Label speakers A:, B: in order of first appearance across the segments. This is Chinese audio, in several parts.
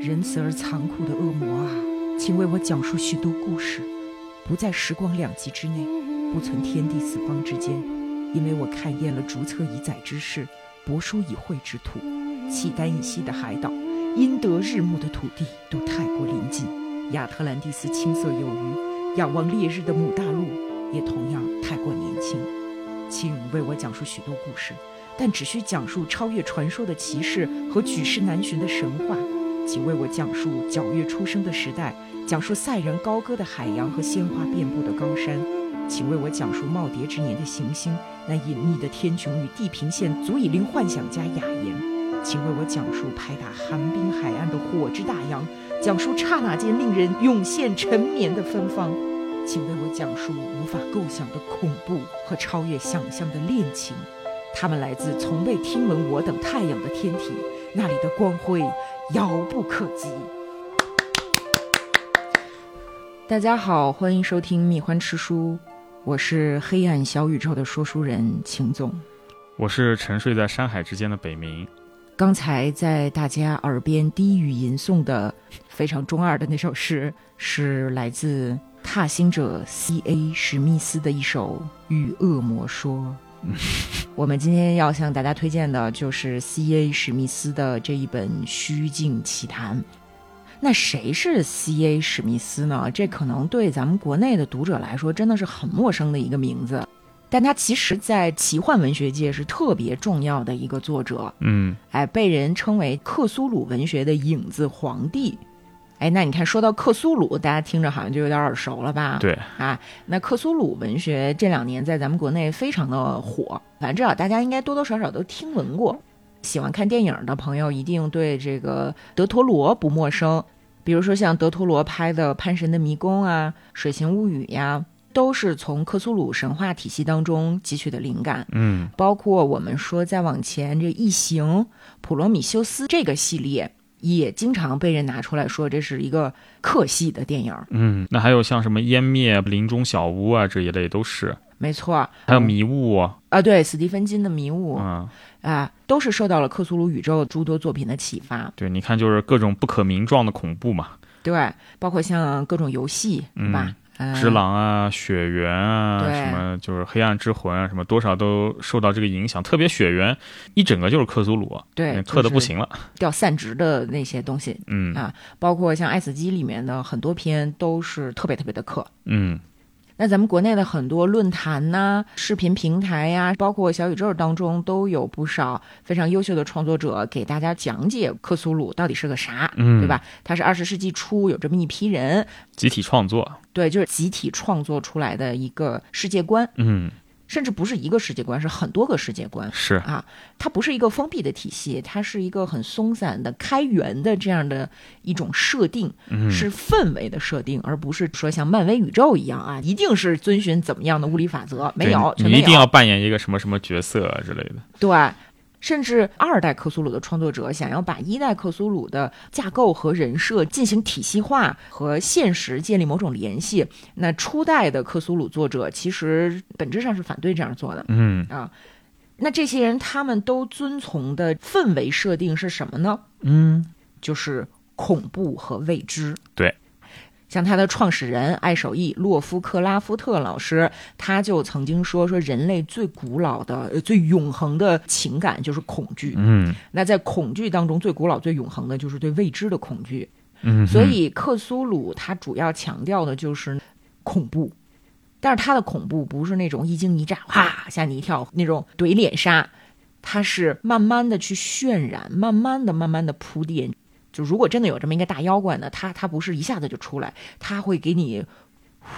A: 仁慈而残酷的恶魔啊，请为我讲述许多故事，不在时光两极之内，不存天地四方之间，因为我看厌了逐策以载之势，帛书以绘之土，契丹以西的海岛，因德日暮的土地都太过临近，亚特兰蒂斯青色有余，仰望烈日的母大陆也同样太过年轻，请为我讲述许多故事。但只需讲述超越传说的骑士和举世难寻的神话，请为我讲述皎月初升的时代，讲述赛人高歌的海洋和鲜花遍布的高山，请为我讲述耄耋之年的行星，那隐匿的天穹与地平线足以令幻想家哑言，请为我讲述拍打寒冰海岸的火之大洋，讲述刹那间令人涌现沉眠的芬芳，请为我讲述无法构想的恐怖和超越想象的恋情。他们来自从未听闻我等太阳的天体，那里的光辉遥不可及。大家好，欢迎收听《蜜獾吃书》，我是黑暗小宇宙的说书人秦总。
B: 我是沉睡在山海之间的北冥。
A: 刚才在大家耳边低语吟诵的非常中二的那首诗，是来自踏星者 C.A. 史密斯的一首《与恶魔说》。我们今天要向大家推荐的就是 C.A. 史密斯的这一本《虚境奇谈》。那谁是 C.A. 史密斯呢？这可能对咱们国内的读者来说真的是很陌生的一个名字，但他其实在奇幻文学界是特别重要的一个作者，
B: 嗯，
A: 哎，被人称为克苏鲁文学的影子皇帝。哎，那你看，说到克苏鲁，大家听着好像就有点耳熟了吧？
B: 对，
A: 啊，那克苏鲁文学这两年在咱们国内非常的火，反正至少大家应该多多少少都听闻过。喜欢看电影的朋友一定对这个德托罗不陌生，比如说像德托罗拍的《潘神的迷宫》啊，《水形物语》呀，都是从克苏鲁神话体系当中汲取的灵感。
B: 嗯，
A: 包括我们说再往前这《异形》《普罗米修斯》这个系列，也经常被人拿出来说这是一个克系的电影。
B: 嗯，那还有像什么湮灭、林中小屋啊这一类都是，
A: 没错，
B: 还有迷雾啊，
A: 啊，对，史蒂芬金的《迷雾》
B: 嗯，
A: 啊，都是受到了克苏鲁宇宙诸多作品的启发。
B: 对，你看就是各种不可名状的恐怖嘛，
A: 对，包括像各种游戏，对吧？呃
B: 只狼啊、雪原啊，
A: 对
B: 什么就是黑暗之魂啊，什么多少都受到这个影响，特别雪原一整个就是克苏鲁，啊
A: 对，
B: 克嗯的不
A: 就是
B: 行了，
A: 掉散值的那些东西，
B: 嗯
A: 啊包括像《爱死机》里面的很多篇都是特别特别的克。
B: 嗯，
A: 那咱们国内的很多论坛呐、视频平台呀、包括小宇宙当中，都有不少非常优秀的创作者给大家讲解克苏鲁到底是个啥，
B: 嗯
A: 对吧？它是二十世纪初有这么一批人，
B: 集体创作，
A: 对，就是集体创作出来的一个世界观，
B: 嗯，
A: 甚至不是一个世界观，是很多个世界观。
B: 是，
A: 啊，它不是一个封闭的体系，它是一个很松散的、开源的这样的一种设定，
B: 嗯
A: 是氛围的设定，而不是说像漫威宇宙一样啊，一定是遵循怎么样的物理法则，没
B: 对
A: 有，
B: 你
A: 全
B: 你
A: 没
B: 一定
A: 有，
B: 要扮演一个什么什么角色啊之类的，
A: 对。甚至二代克苏鲁的创作者想要把一代克苏鲁的架构和人设进行体系化和现实建立某种联系，那初代的克苏鲁作者其实本质上是反对这样做的。
B: 嗯
A: 啊。那这些人他们都遵从的氛围设定是什么呢？
B: 嗯，
A: 就是恐怖和未知。
B: 对。
A: 像他的创始人爱手艺洛夫克拉夫特老师，他就曾经说说人类最古老的、呃最永恒的情感就是恐惧。
B: 嗯
A: 那在恐惧当中，最古老、最永恒的就是对未知的恐惧。
B: 嗯，
A: 所以克苏鲁它主要强调的就是恐怖，但是它的恐怖不是那种一惊一乍，哇吓你一跳那种怼脸杀，它是慢慢的去渲染，慢慢的、慢慢的铺垫。就如果真的有这么一个大妖怪呢，它它不是一下子就出来，它会给你。呼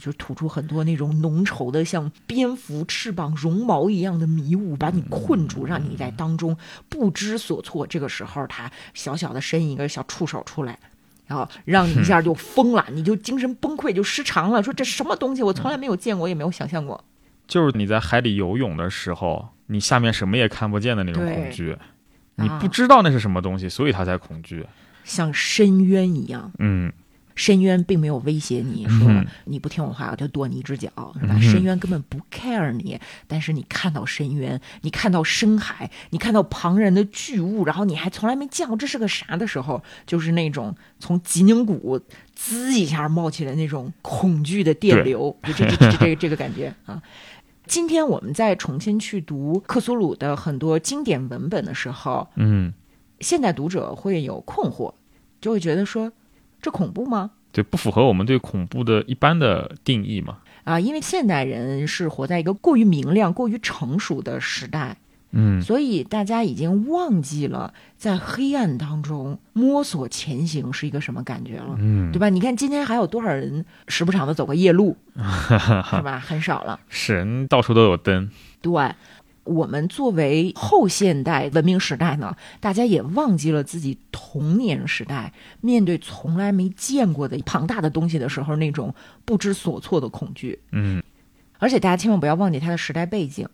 A: 就吐出很多那种浓稠的，像蝙蝠翅膀、绒毛一样的迷雾，把你困住，让你在当中不知所措。这个时候，他小小的伸一个小触手出来，然后让你一下就疯了，你就精神崩溃，就失常了。说这什么东西，我从来没有见过，也没有想象过。
B: 就是你在海里游泳的时候，你下面什么也看不见的那种
A: 对
B: 恐惧，你
A: 啊
B: 啊不知道那是什么东西，所以他才恐惧。
A: 像深渊一样，
B: 嗯，
A: 深渊并没有威胁你说、
B: 嗯
A: 你不听我话我就跺你一只脚，是吧？
B: 嗯哼
A: 深渊根本不 care 你，但是你看到深渊，你看到深海，你看到庞然的巨物，然后你还从来没见过这是个啥的时候，就是那种从脊梁骨滋一下冒起来那种恐惧的电 流，就这这这这这个这个感觉啊。今天我们再重新去读克苏鲁的很多经典文本的时候，
B: 嗯，
A: 现代读者会有困惑，就会觉得说这恐怖吗？
B: 对，不符合我们对恐怖的一般的定义嘛。
A: 啊，因为现代人是活在一个过于明亮、过于成熟的时代，
B: 嗯，
A: 所以大家已经忘记了在黑暗当中摸索前行是一个什么感觉了，
B: 嗯
A: 对吧？你看今天还有多少人时不常的走个夜 路，是吧？很少了。
B: 是，嗯到处都有灯。
A: 对，我们作为后现代文明时代呢，大家也忘记了自己童年时代面对从来没见过的庞大的东西的时候那种不知所措的恐惧。
B: 嗯
A: 而且大家千万不要忘记它的时代背景，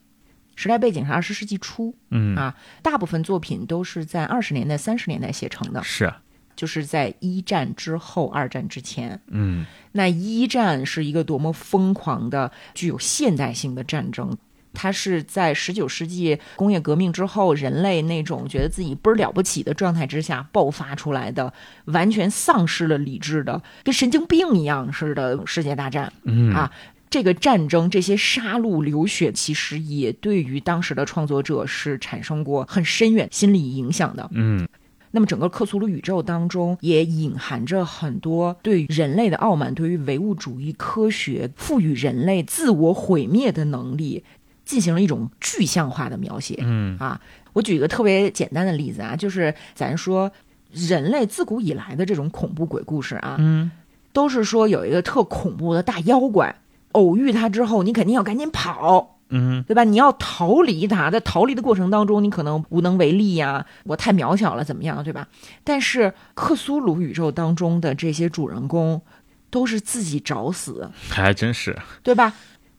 A: 时代背景是二十世纪初，
B: 嗯，
A: 啊大部分作品都是在二十年代、三十年代写成的，
B: 是啊，
A: 就是在一战之后、二战之前。
B: 嗯
A: 那一战是一个多么疯狂的、具有现代性的战争。它是在十九世纪工业革命之后，人类那种觉得自己倍儿了不起的状态之下爆发出来的，完全丧失了理智的，跟神经病一样似的世界大战。
B: 嗯
A: 啊这个战争，这些杀戮、流血，其实也对于当时的创作者是产生过很深远心理影响的。
B: 嗯
A: 那么，整个克苏鲁宇宙当中也隐含着很多对人类的傲慢，对于唯物主义科学赋予人类自我毁灭的能力，进行了一种具象化的描写。
B: 嗯
A: 啊，我举一个特别简单的例子啊，就是咱说人类自古以来的这种恐怖鬼故事啊，
B: 嗯，
A: 都是说有一个特恐怖的大妖怪，偶遇他之后，你肯定要赶紧跑，
B: 嗯
A: 对吧？你要逃离他，在逃离的过程当中，你可能无能为力呀、我太渺小了，怎么样，对吧？但是克苏鲁宇宙当中的这些主人公，都是自己找死，
B: 还真是。
A: 对吧？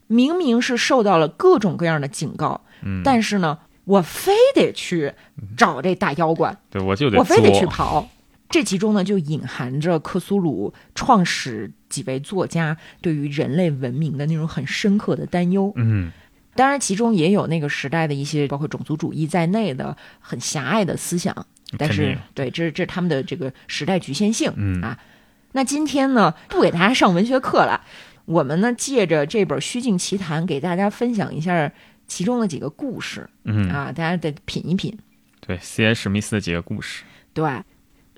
A: 明明是受到了各种各样的警告，
B: 嗯，
A: 但是呢，我非得去找这大妖怪，
B: 对我嗯就得
A: 我非得
B: 作
A: 去跑。这其中呢，就隐含着克苏鲁创始几位作家对于人类文明的那种很深刻的担忧。
B: 嗯
A: 当然，其中也有那个时代的一些，包括种族主义在内的很狭隘的思想。但
B: 嗯肯
A: 是
B: 定，
A: 对，这是这是他们的这个时代局限性。
B: 嗯
A: 啊那今天呢，不给大家上文学课了，我们呢借着这本《虚境奇谈》，给大家分享一下其中的几个故事
B: 嗯，
A: 啊，大家得品一品。
B: 对，C.S. 史密斯的几个故事。
A: 对，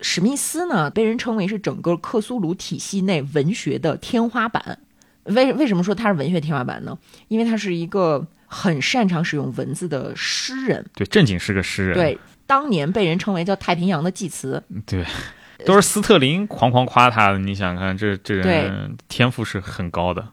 A: 史密斯呢被人称为是整个克苏鲁体系内文学的天花板。为为什么说他是文学天花板呢？因为他是一个很擅长使用文字的诗人。
B: 对，正经是个诗人。
A: 对，当年被人称为叫太平洋的祭词。
B: 对，都是斯特林狂狂夸他的。你想想看这这人天赋是很高的。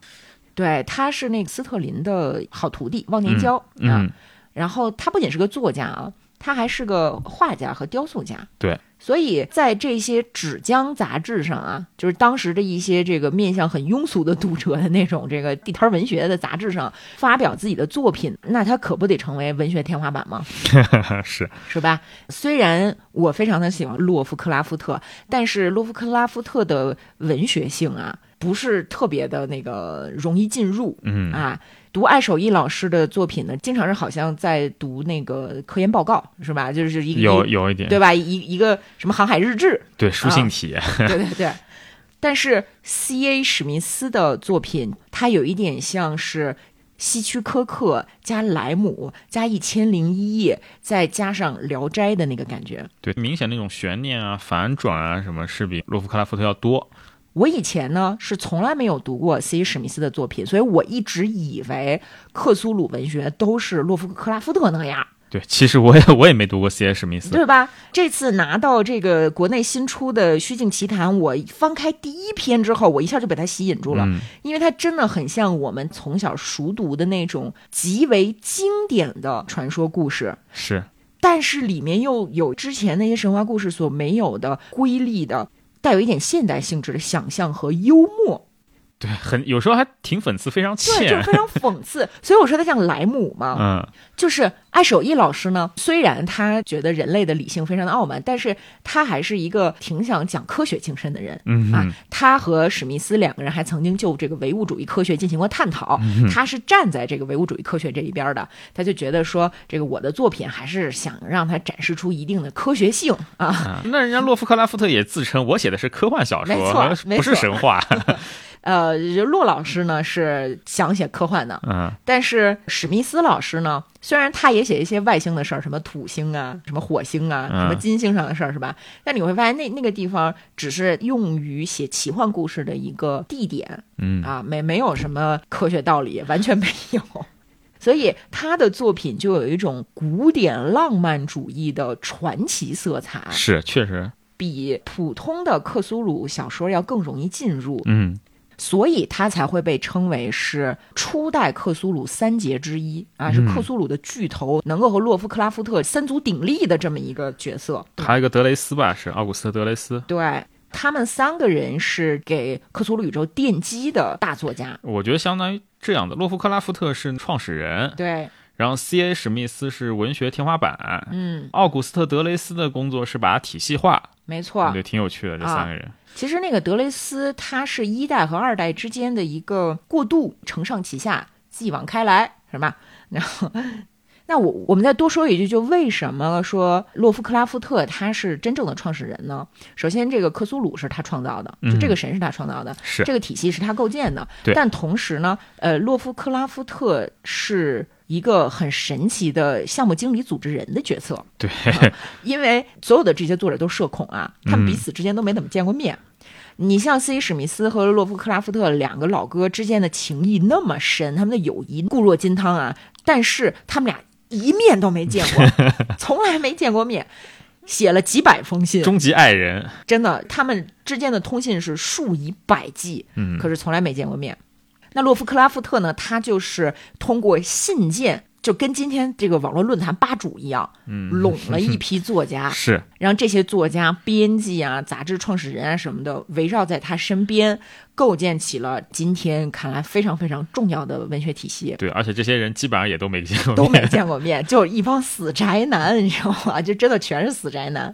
A: 对，他是那个斯特林的好徒弟忘年交、啊。
B: 嗯
A: 然后他不仅是个作家啊，他还是个画家和雕塑家。
B: 对，
A: 所以在这些纸浆杂志上啊，就是当时的一些这个面向很庸俗的读者的那种这个地摊文学的杂志上发表自己的作品，那他可不得成为文学天花板吗？
B: 是，
A: 是吧？虽然我非常的喜欢洛夫克拉夫特，但是洛夫克拉夫特的文学性啊，不是特别的那个容易进入。
B: 嗯
A: 啊，读艾守义老师的作品呢，经常是好像在读那个科研报告，是吧？就是一个
B: 有
A: 一
B: 有一点
A: 对吧？啊一一个什么航海日志，
B: 对书信体。
A: 对对对。但是 C.A. 史密斯的作品，它有一点像是希区柯克加莱姆加一千零一夜，再加上《聊斋》的那个感觉。
B: 对，明显那种悬念啊、反转啊什么，是比洛夫克拉夫特要多。
A: 我以前呢是从来没有读过 C.A. 史密斯的作品，所以我一直以为克苏鲁文学都是洛夫克拉夫特那样。
B: 对，其实我也我也没读过 C.S. 史密斯。
A: 对吧？这次拿到这个国内新出的《虚境奇谭》，我翻开第一篇之后，我一下就被它吸引住了，
B: 嗯
A: 因为它真的很像我们从小熟读的那种极为经典的传说故事，
B: 是，
A: 但是里面又有之前那些神话故事所没有的瑰丽的、带有一点现代性质的想象和幽默。
B: 对，很有时候还挺讽刺，非常
A: 对，就
B: 欠
A: 是。非常讽刺。所以我说他像莱姆 嘛，
B: 嗯
A: 就是艾守义老师呢，虽然他觉得人类的理性非常的傲慢，但是他还是一个挺想讲科学精神的人。
B: 嗯
A: 啊
B: 哼，
A: 他和史密斯两个人还曾经就这个唯物主义科学进行过探讨，
B: 嗯
A: 他是站在这个唯物主义科学这一边的，他就觉得说，这个我的作品还是想让它展示出一定的科学性啊。
B: 啊那人家洛夫克拉夫特也自称我写的是科幻小说，
A: 没错没
B: 不是
A: 错
B: 神话。
A: 呃，骆老师呢是想写科幻的，
B: 嗯
A: 但是史密斯老师呢，虽然他也写一些外星的事儿，什么土星啊，什么火星啊，
B: 嗯
A: 什么金星上的事儿，是吧？但你会发现那那个地方只是用于写奇幻故事的一个地点
B: 嗯
A: 啊，没没有什么科学道理，完全没有。 所以他的作品就有一种古典浪漫主义的传奇色彩，
B: 是确实，
A: 比普通的克苏鲁小说要更容易进入。
B: 嗯
A: 所以它才会被称为是初代克苏鲁三杰之一啊，是克苏鲁的巨头，能够和洛夫克拉夫特三足鼎立的这么一个角色。
B: 还有一个德雷斯吧，是奥古斯特·德雷斯。
A: 对他们三个人是给克苏鲁宇宙奠基的大作家。
B: 我觉得相当于这样的，洛夫克拉夫特是创始人，
A: 对，
B: 然后 C.A. 史密斯是文学天花板，
A: 嗯，
B: 奥古斯特·德雷斯的工作是把它体系化，
A: 没错。
B: 对，挺有趣的这
A: 啊
B: 三个人。
A: 其实那个德雷斯，他是一代和二代之间的一个过渡，承上启下，继往开来，是吧？ 然后，那我我们再多说一句，就为什么说洛夫克拉夫特他是真正的创始人呢？首先，这个克苏鲁是他创造的，就这个神是他创造的，
B: 是
A: 这个体系是他构建的。
B: 对
A: 但同时呢，呃，洛夫克拉夫特是一个很神奇的项目经理组织人的角色。啊
B: 对，
A: 因为所有的这些作者都社恐啊，他们
B: 嗯
A: 彼此之间都没怎么见过面。你像 C.A. 史密斯和洛夫克拉夫特两个老哥之间的情谊那么深，他们的友谊固若金汤啊，但是他们俩一面都没见 过，从来没见过面，写了几百封信，
B: 终极爱人，
A: 真的，他们之间的通信是数以百计，
B: 嗯
A: 可是从来没见过面。那洛夫克拉夫特呢？他就是通过信件，就跟今天这个网络论坛吧主一样，拢了一批作家，
B: 嗯 是
A: 让这些作家、编辑啊、杂志创始人啊什么的围绕在他身边，构建起了今天看来非常非常重要的文学体系。
B: 对，而且这些人基本上也都没见过面，
A: 都没见过面，就是一帮死宅男，你知道吗？就真的全是死宅男。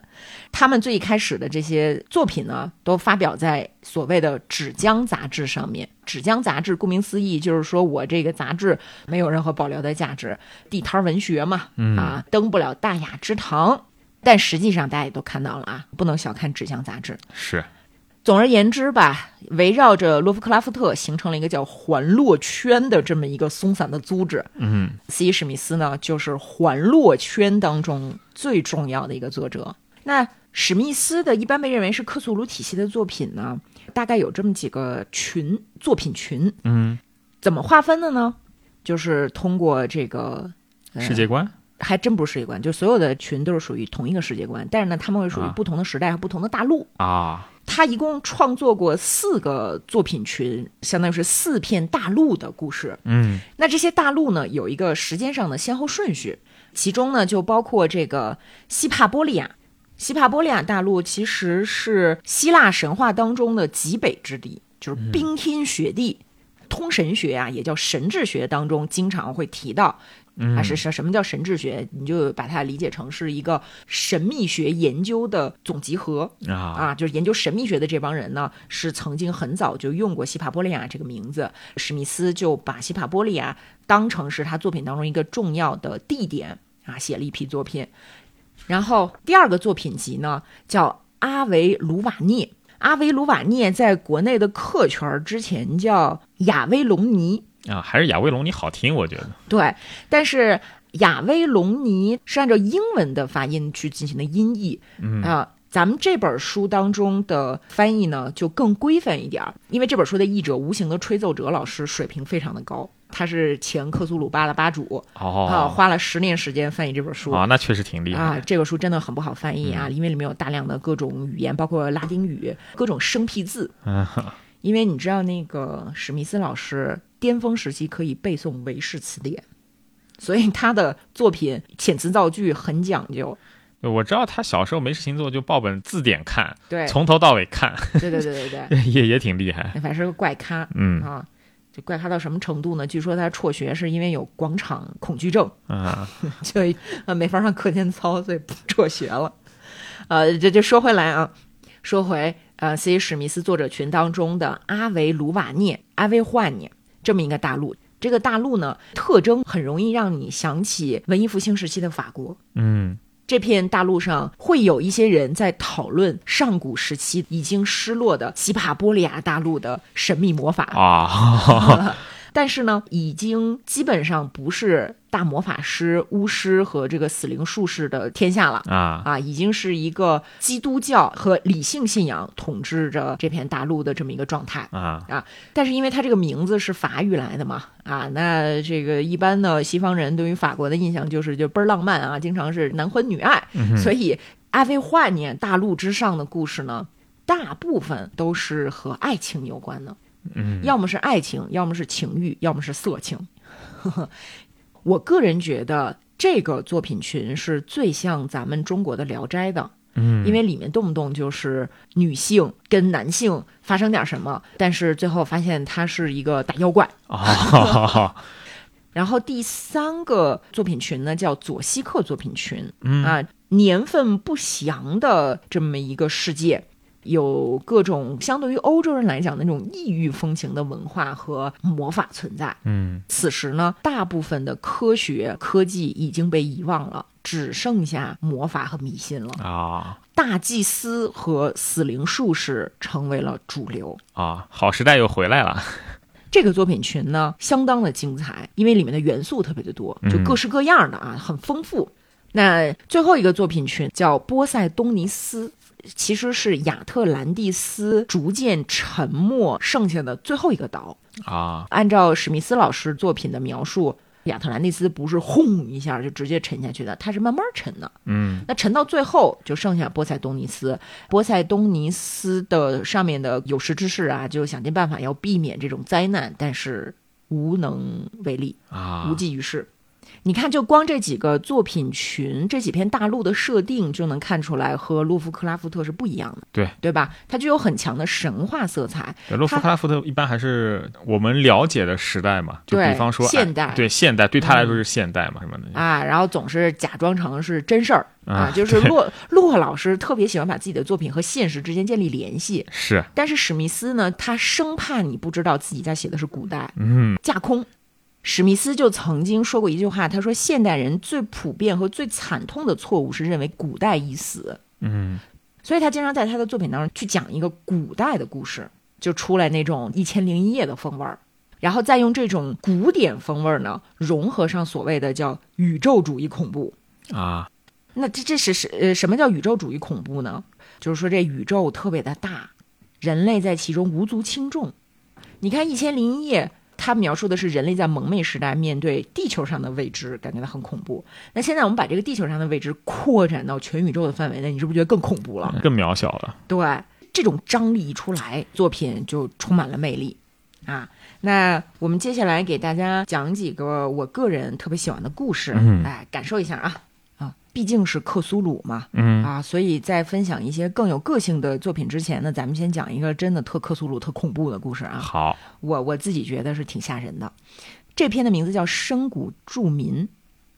A: 他们最一开始的这些作品呢，都发表在所谓的纸浆杂志上面。纸浆杂志顾名思义，就是说我这个杂志没有任何保留的价值，地摊儿文学嘛，啊，登不了大雅之堂。但实际上，大家也都看到了啊，不能小看纸浆杂志。
B: 是
A: 总而言之吧，围绕着洛夫克拉夫特形成了一个叫环洛圈的这么一个松散的组织。
B: 嗯，
A: C. 史密斯呢，就是环洛圈当中最重要的一个作者。那史密斯的一般被认为是克苏鲁体系的作品呢，大概有这么几个群作品群。
B: 嗯，
A: 怎么划分的呢？就是通过这个呃
B: 世界观，
A: 还真不是世界观，就所有的群都是属于同一个世界观，但是呢，他们会属于
B: 啊
A: 不同的时代和不同的大陆。
B: 啊，
A: 他一共创作过四个作品群，相当于是四片大陆的故事。
B: 嗯
A: 那这些大陆呢，有一个时间上的先后顺序，其中呢就包括这个西帕波利亚。西帕波利亚大陆其实是希腊神话当中的极北之地，就是冰天雪地。通神学啊，也叫神智学当中经常会提到，啊是什什么叫神智学？你就把它理解成是一个神秘学研究的总集合。
B: 啊，
A: 啊，就是研究神秘学的这帮人呢，是曾经很早就用过西帕波利亚这个名字。史密斯就把西帕波利亚当成是他作品当中一个重要的地点啊，写了一批作品。然后第二个作品集呢，叫阿维鲁瓦涅。阿维鲁瓦涅在国内的客圈儿之前叫亚威隆尼，
B: 啊，还是亚威龙尼好听，我觉得。
A: 对，但是亚威隆尼是按照英文的发音去进行的音译，嗯啊、咱们这本书当中的翻译呢就更规范一点儿，因为这本书的译者无形的吹奏者老师水平非常的高，他是前克苏鲁吧的吧主啊、
B: 哦，
A: 花了十年时间翻译这本书。
B: 啊，那确实挺厉害
A: 啊
B: 的。，
A: 这个书真的很不好翻译啊，因为里面有大量的各种语言，包括拉丁语、各种生僻字。
B: 嗯
A: 因为你知道那个史密斯老师巅峰时期可以背诵韦氏词典，所以他的作品遣词造句很讲究。
B: 我知道他小时候没事情做就抱本字典看，
A: 对，
B: 从头到尾看，
A: 对对对对对，
B: 也也挺厉害。
A: 反正是个怪咖
B: 嗯
A: 啊。就怪咖到什么程度呢？据说他辍学是因为有广场恐惧症，
B: 啊，
A: 所以呃没法上课间操，所以不辍学了。呃，这这说回来啊，说回呃 C.H. 史密斯作者群当中的阿维卢瓦涅、阿维焕涅这么一个大陆。这个大陆呢，特征很容易让你想起文艺复兴时期的法国。
B: 嗯
A: 这片大陆上会有一些人在讨论上古时期已经失落的西帕波利亚大陆的神秘魔法。
B: 嗯啊，
A: 但是呢，已经基本上不是大魔法师、巫师和这个死灵术士的天下了。
B: 啊，
A: 啊，已经是一个基督教和理性信仰统治着这片大陆的这么一个状态。
B: 啊，
A: 但是因为它这个名字是法语来的嘛，啊，那这个一般的西方人对于法国的印象就是就倍儿浪漫啊，经常是男欢女爱，
B: 嗯
A: 所以阿维化涅大陆之上的故事呢，大部分都是和爱情有关的，
B: 嗯，
A: 要么是爱情，要么是情欲，要么是色情。 我个人觉得这个作品群是最像咱们中国的《聊斋》的，
B: 嗯，
A: 因为里面动不动就是女性跟男性发生点什么，但是最后发现他是一个大妖怪。
B: 啊，
A: 然后第三个作品群呢，叫佐西克作品群、
B: 嗯
A: 啊，年份不详的这么一个世界，有各种相对于欧洲人来讲那种异域风情的文化和魔法存在。
B: 嗯
A: 此时呢，大部分的科学科技已经被遗忘了，只剩下魔法和迷信了。
B: 啊
A: 大祭司和死灵术士成为了主流。
B: 啊，好时代又回来 了。
A: 这个作品群呢，相当的精彩，因为里面的元素特别的多，就
B: 嗯
A: 各式各样的啊，很丰富。那最后一个作品群叫波塞冬尼斯，其实是亚特兰蒂斯逐渐沉没剩下的最后一个岛。
B: 啊，
A: 按照史密斯老师作品的描述，亚特兰蒂斯不是轰一下就直接沉下去的，它是慢慢沉的。
B: 嗯
A: 那沉到最后就剩下波塞冬尼斯，波塞冬尼斯的上面的有识之士啊，就想尽办法要避免这种灾难，但是无能为力，
B: 啊，
A: 无济于事。你看，就光这几个作品群，这几片大陆的设定就能看出来，和洛夫克拉夫特是不一样的，
B: 对
A: 对吧？它具有很强的神话色彩，
B: 对洛夫克拉夫特一般还是我们了解的时代嘛，就
A: 对
B: 比方说
A: 现代嗯
B: 哎对现代对他来说是现代嘛什么的
A: 啊，然后总是假装成是真事儿啊，
B: 嗯啊
A: 就是
B: 对
A: 洛洛老师特别喜欢把自己的作品和现实之间建立联系。
B: 是
A: 但是史密斯呢，他生怕你不知道自己在写的是古代，
B: 嗯
A: 架空。史密斯就曾经说过一句话，他说：“现代人最普遍和最惨痛的错误是认为古代已死。
B: 嗯”
A: 所以他经常在他的作品当中去讲一个古代的故事，就出来那种一千零一夜的风味儿，然后再用这种古典风味儿呢，融合上所谓的叫宇宙主义恐怖。
B: 啊
A: 那这这是是呃，什么叫宇宙主义恐怖呢？就是说这宇宙特别的大，人类在其中无足轻重。你看《一千零一夜》，它描述的是人类在蒙昧时代面对地球上的未知，感觉到很恐怖。那现在我们把这个地球上的未知扩展到全宇宙的范围内，你是不是觉得更恐怖了？
B: 更渺小了
A: 对，这种张力一出来，作品就充满了魅力啊。那我们接下来给大家讲几个我个人特别喜欢的故事，
B: 嗯
A: 哎，感受一下啊啊，毕竟是克苏鲁嘛。
B: 嗯
A: 啊，所以在分享一些更有个性的作品之前呢，咱们先讲一个真的特克苏鲁、特恐怖的故事啊。
B: 好
A: 我我自己觉得是挺吓人的。这篇的名字叫《深谷住民》，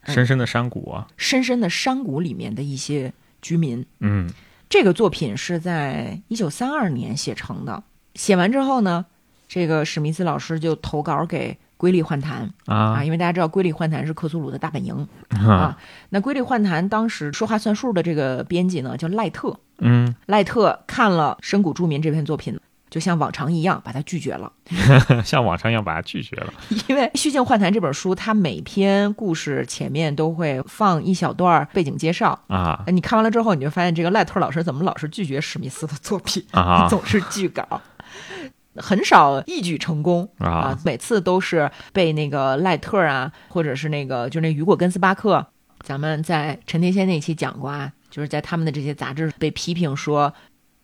A: 嗯
B: 深深的山谷啊
A: 深深的山谷里面的一些居民。
B: 嗯
A: 这个作品是在一九三二年写成的。写完之后呢，这个史密斯老师就投稿给瑰丽幻坛
B: 啊
A: 啊，因为大家知道瑰丽幻坛是克苏鲁的大本营。
B: 啊
A: 那瑰丽幻坛当时说话算数的这个编辑呢叫赖特，
B: 嗯
A: 赖特看了《深谷著民》这篇作品，就像往常一样把它拒绝了，
B: 像往常一样把它拒绝了
A: 因为《虚境幻谈》这本书，它每篇故事前面都会放一小段儿背景介绍。
B: 啊
A: 呃你看完了之后，你就发现这个赖特老师怎么老是拒绝史密斯的作品，
B: 啊
A: 总是拒稿，很少一举成功。啊
B: 啊，
A: 每次都是被那个赖特啊，或者是那个就那雨果跟斯巴克，咱们在陈天仙那期讲过啊，就是在他们的这些杂志被批评说，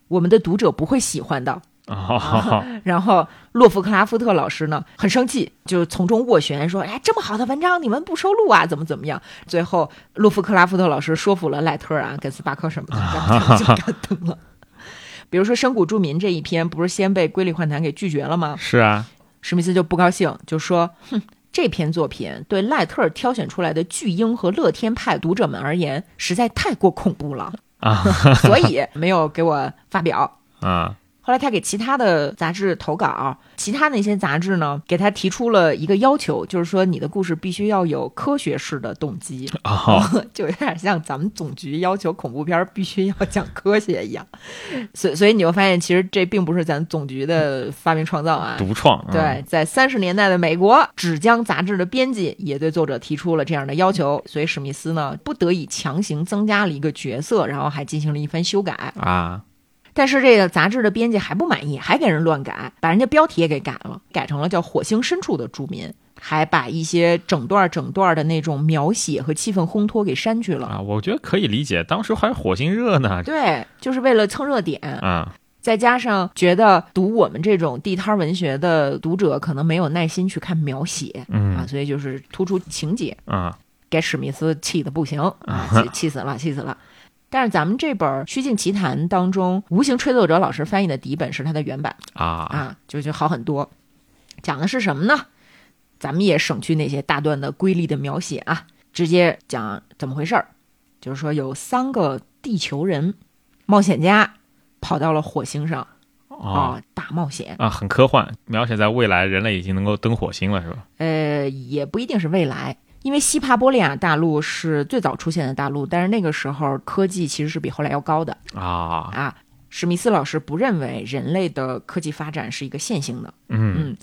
A: 我们的读者不会喜欢的，
B: 啊，
A: 然后洛夫克拉夫特老师呢很生气，就从中斡旋说：“哎，这么好的文章你们不收录啊？怎么怎么样？”最后，洛夫克拉夫特老师说服了赖特啊、跟斯巴克什么的，然后他们就刊登了。比如说《深谷著名》这一篇，不是先被瑰丽幻坛给拒绝了吗？
B: 是啊，
A: 史密斯就不高兴，就说：“哼，这篇作品对赖特尔挑选出来的巨婴和乐天派读者们而言，实在太过恐怖了
B: 啊，
A: 所以没有给我发表。”
B: 啊，
A: 后来他给其他的杂志投稿，其他那些杂志呢，给他提出了一个要求，就是说你的故事必须要有科学式的动机，
B: 啊，
A: 就有点像咱们总局要求恐怖片儿必须要讲科学一样。所以所以你会发现，其实这并不是咱总局的发明创造啊。
B: 独创，嗯
A: 对，在三十年代的美国，纸浆杂志的编辑也对作者提出了这样的要求，所以史密斯呢不得已强行增加了一个角色，然后还进行了一番修改。
B: 啊，
A: 但是这个杂志的编辑还不满意，还给人乱改，把人家标题也给改了，改成了叫《火星深处的住民》，还把一些整段整段的那种描写和气氛烘托给删去了。
B: 啊，我觉得可以理解，当时还火星热呢，
A: 对，就是为了蹭热点，
B: 啊，
A: 再加上觉得读我们这种地摊文学的读者可能没有耐心去看描写啊，
B: 嗯，
A: 所以就是突出情节，
B: 啊，
A: 给史密斯气的不行啊，气气死了，气死了。但是咱们这本《虚境奇谭》当中，无形吹奏者老师翻译的底本是他的原版。
B: 啊，
A: 啊，就就好很多。讲的是什么呢？咱们也省去那些大段的瑰丽的描写啊，直接讲怎么回事儿。就是说，有三个地球人冒险家跑到了火星上
B: 哦，
A: 大冒险。
B: 啊，很科幻，描写在未来人类已经能够登火星了，是吧？
A: 呃，也不一定是未来，因为西帕波利亚大陆是最早出现的大陆，但是那个时候科技其实是比后来要高的。
B: 啊，
A: 啊，史密斯老师不认为人类的科技发展是一个线性的，
B: 嗯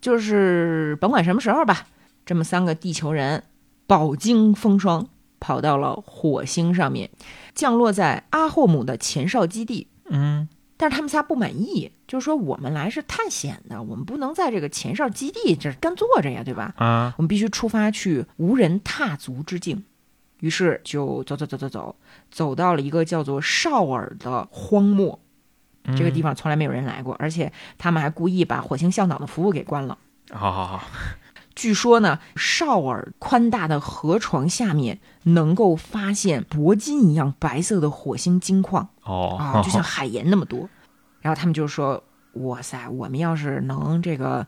A: 就是甭管什么时候吧，这么三个地球人饱经风霜，跑到了火星上面，降落在阿霍姆的前哨基地。
B: 嗯
A: 但是他们仨不满意，就是说我们来是探险的，我们不能在这个前哨基地这儿干坐着呀，对吧？
B: 啊，
A: 我们必须出发去无人踏足之境。于是就走走走走走，走到了一个叫做绍尔的荒漠。这个地
B: 方，
A: 方从来没有人来过，而且他们还故意把火星向导的服务给关了。
B: 好好好，
A: 据说呢，绍尔宽大的河床下面能够发现铂金一样白色的火星金矿啊，
B: 哦
A: 就，像海盐那么多。然后他们就说：“哇塞，我们要是能这个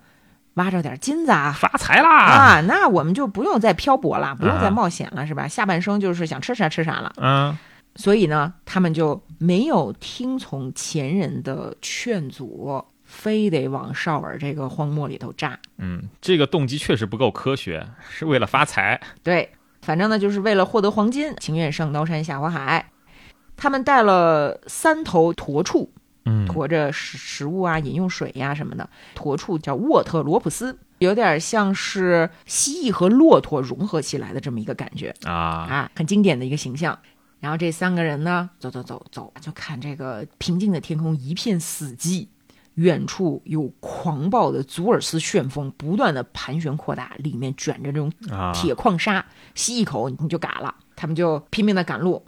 A: 挖着点金子啊，
B: 发财啦！
A: 啊，那我们就不用再漂泊了，不用再
B: 啊
A: 冒险了，是吧？下半生就是想吃啥吃啥了。”
B: 嗯
A: 所以呢，他们就没有听从前人的劝阻，非得往绍尔这个荒漠里头扎。
B: 嗯，这个动机确实不够科学，是为了发财。
A: 对，反正呢，就是为了获得黄金，情愿上刀山下火海。他们带了三头驼畜，
B: 嗯
A: 驮着食食物啊、饮用水呀、什么的。驼畜叫沃特罗普斯，有点像是蜥蜴和骆驼融合起来的这么一个感觉。
B: 啊，
A: 啊，很经典的一个形象。然后这三个人呢，走走走走，就看这个平静的天空一片死寂，远处有狂暴的祖尔斯旋风不断的盘旋扩大，里面卷着这种
B: 啊
A: 铁矿砂，吸一口你就嘎了。他们就拼命的赶路，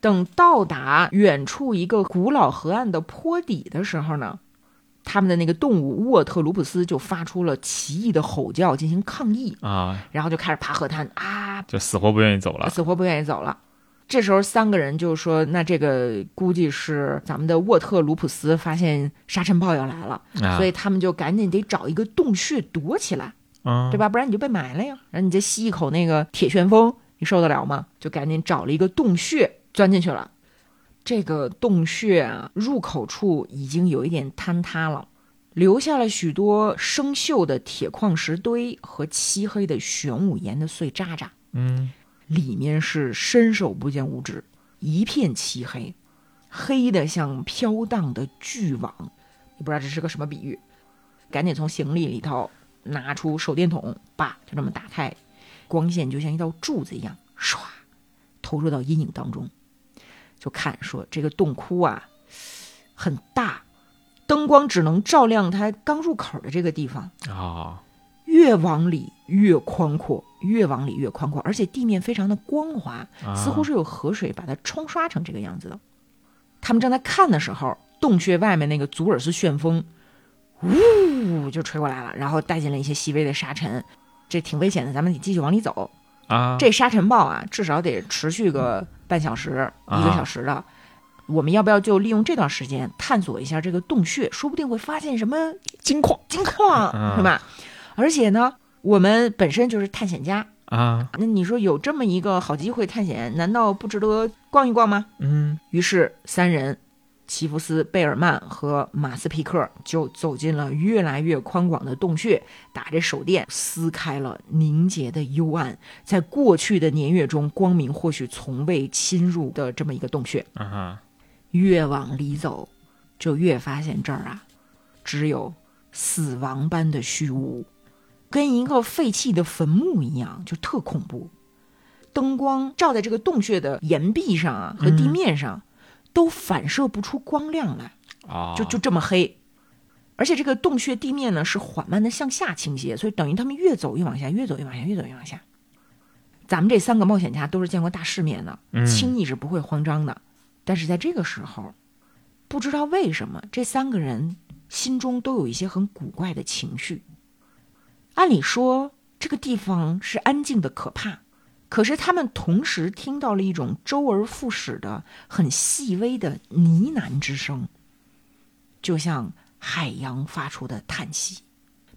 A: 等到达远处一个古老河岸的坡底的时候呢，他们的那个动物沃特鲁普斯就发出了奇异的吼叫进行抗议，
B: 啊，
A: 然后就开始爬河滩啊，
B: 就死活不愿意走了。
A: 死活不愿意走了。这时候三个人就说：“那这个估计是咱们的沃特鲁普斯发现沙尘暴要来了，
B: 啊
A: 所以他们就赶紧得找一个洞穴躲起来，
B: 嗯
A: 对吧？不然你就被埋了呀。然后你再吸一口那个铁旋风，你受得了吗？就赶紧找了一个洞穴钻进去了。这个洞穴啊，入口处已经有一点坍塌了，留下了许多生锈的铁矿石堆和漆黑的玄武岩的碎渣渣。”
B: 嗯
A: 里面是伸手不见五指，一片漆黑，黑的像飘荡的巨网。也不知道这是个什么比喻，赶紧从行李里头拿出手电筒，叭，就这么打开，光线就像一道柱子一样，唰，投入到阴影当中，就看说这个洞窟啊很大，灯光只能照亮它刚入口的这个地方。
B: 啊
A: 越往里越宽阔，越往里越宽阔，而且地面非常的光滑，
B: 啊
A: 似乎是有河水把它冲刷成这个样子的。他们正在看的时候，洞穴外面那个祖尔斯旋风呜就吹过来了，然后带进了一些细微的沙尘，这挺危险的，咱们得继续往里走。
B: 啊，
A: 这沙尘暴啊，至少得持续个半小时、
B: 啊
A: 一个小时的。我们要不要就利用这段时间探索一下这个洞穴？说不定会发现什么
B: 金矿
A: 金矿，
B: 啊
A: 是吧？而且呢，我们本身就是探险家，
B: 啊，
A: 那你说有这么一个好机会探险，难道不值得逛一逛吗？
B: 嗯
A: 于是三人，齐弗斯、贝尔曼和马斯皮克就走进了越来越宽广的洞穴，打着手电撕开了凝结的幽暗。在过去的年月中，光明或许从未侵入的这么一个洞穴，
B: 啊哈，
A: 越往里走，就越发现这儿啊，只有死亡般的虚无，跟一个废弃的坟墓一样，就特恐怖。灯光照在这个洞穴的岩壁上啊和地面上，都反射不出光亮来，
B: 啊，
A: 就就这么黑。而且这个洞穴地面呢是缓慢的向下倾斜，所以等于他们越走越往下，越走越往下，越走越往下。咱们这三个冒险家都是见过大世面的，
B: 嗯
A: 轻易是不会慌张的。但是在这个时候，不知道为什么，这三个人心中都有一些很古怪的情绪。按理说，这个地方是安静的可怕，可是他们同时听到了一种周而复始的、很细微的呢喃之声，就像海洋发出的叹息，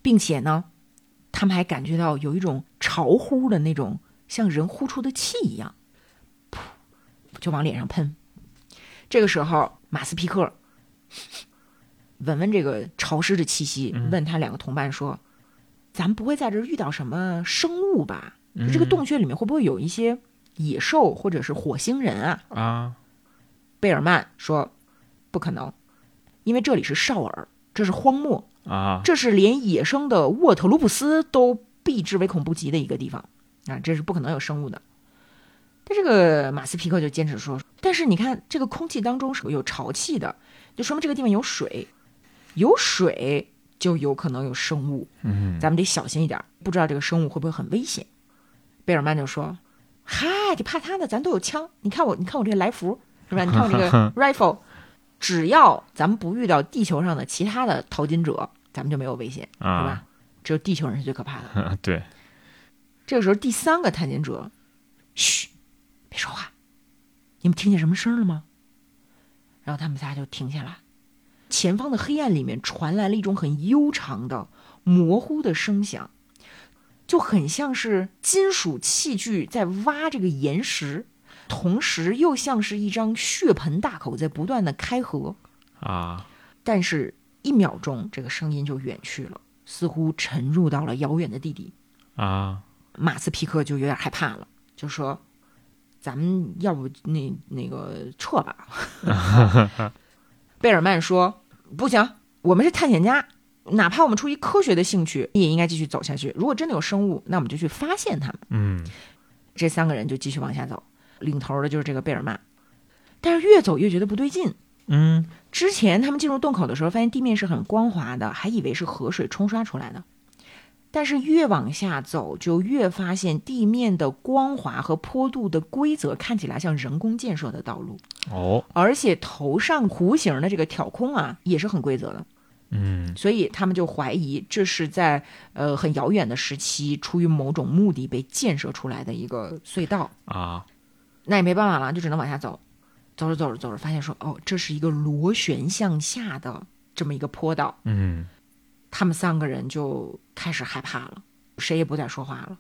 A: 并且呢，他们还感觉到有一种潮呼的那种像人呼出的气一样，噗，就往脸上喷。这个时候，马斯皮克 闻闻这个潮湿的气息，问他两个同伴说：“咱不会在这儿遇到什么生物吧？就这个洞穴里面会不会有一些野兽或者是火星人啊？”
B: 啊
A: 贝尔曼说：“不可能，因为这里是绍尔，这是荒漠，
B: 啊
A: 这是连野生的沃特鲁普斯都避之唯恐不及的一个地方啊，这是不可能有生物的。但这个马斯皮克就坚持说，但是你看这个空气当中是有潮气的，就说明这个地方有水，有水就有可能有生物，
B: 嗯，
A: 咱们得小心一点，不知道这个生物会不会很危险。贝尔曼就说：“嗨，你怕他呢？咱都有枪，你看我，你看我这个来福是吧？你看我这 个 rifle，只要咱们不遇到地球上的其他的淘金者，咱们就没有危险，对
B: 啊
A: 吧？只有地球人是最可怕的。
B: 对，
A: 这个时候，第三个探险者，嘘，别说话，你们听见什么声儿了吗？然后他们仨就停下来，前方的黑暗里面传来了一种很悠长的、模糊的声响，就很像是金属器具在挖这个岩石，同时又像是一张血盆大口在不断的开合。
B: 啊
A: 但是，一秒钟，这个声音就远去了，似乎沉入到了遥远的地底。
B: 啊
A: 马斯皮克就有点害怕了，就说：“咱们要不那那个撤吧。”贝尔曼说：“不行，我们是探险家，哪怕我们出于科学的兴趣，也应该继续走下去。如果真的有生物，那我们就去发现它们。”
B: 嗯
A: 这三个人就继续往下走，领头的就是这个贝尔曼。但是越走越觉得不对劲。
B: 嗯
A: 之前他们进入洞口的时候，发现地面是很光滑的，还以为是河水冲刷出来的。但是越往下走，就越发现地面的光滑和坡度的规则看起来像人工建设的道路，
B: 哦
A: 而且头上弧形的这个挑空啊也是很规则的，
B: 嗯
A: 所以他们就怀疑这是在呃很遥远的时期出于某种目的被建设出来的一个隧道。
B: 啊
A: 那也没办法了，就只能往下走。走着走着走着，发现说哦，这是一个螺旋向下的这么一个坡道。
B: 嗯
A: 他们三个人就开始害怕了，谁也不再说话了。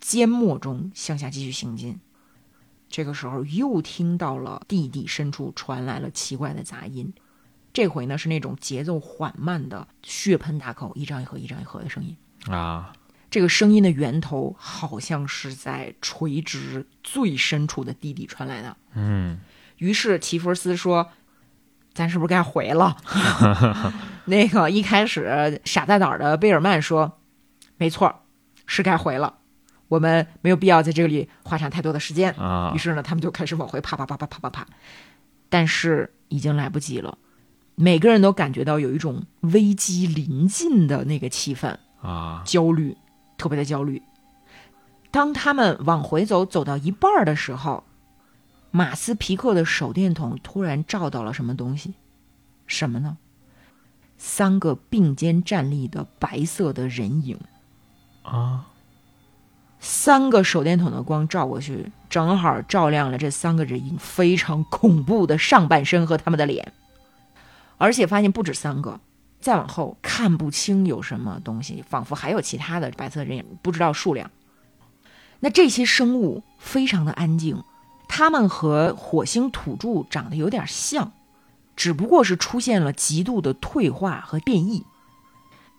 A: 缄默中向下继续行进。这个时候又听到了地底深处传来了奇怪的杂音，这回呢是那种节奏缓慢的血盆大口，一张一合，一张一合的声音。
B: 啊
A: 这个声音的源头好像是在垂直最深处的地底传来的。
B: 嗯
A: 于是齐弗斯说：“咱是不是该回 了？”那个一开始傻大胆的贝尔曼说：“没错，是该回了。我们没有必要在这里花上太多的时间。”
B: 啊
A: 于是呢，他们就开始往回爬，爬，爬，爬，爬，爬，爬。但是已经来不及了，每个人都感觉到有一种危机临近的那个气氛。
B: 啊
A: 焦虑，特别的焦虑。当他们往回走，走到一半儿的时候，马斯皮克的手电筒突然照到了什么东西，什么呢？三个并肩站立的白色的人影，
B: 啊，
A: 三个手电筒的光照过去，正好照亮了这三个人影非常恐怖的上半身和他们的脸，而且发现不止三个。再往后看不清有什么东西，仿佛还有其他的白色人影，不知道数量。那这些生物非常的安静，它们和火星土著长得有点像，只不过是出现了极度的退化和变异，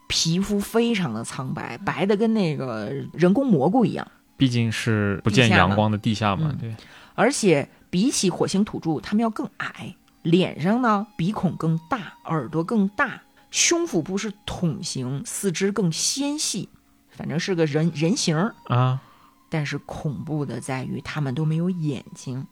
A: 皮肤非常的苍白，白的跟那个人工蘑菇一样。
B: 毕竟是不见
A: 地下嘛
B: 阳光的地下嘛，
A: 嗯
B: 对，
A: 而且比起火星土著，它们要更矮，脸上呢鼻孔更大，耳朵更大，胸腹部是筒形，四肢更纤细，反正是个人人形儿。
B: 啊，
A: 但是恐怖的在于，它们都没有眼睛，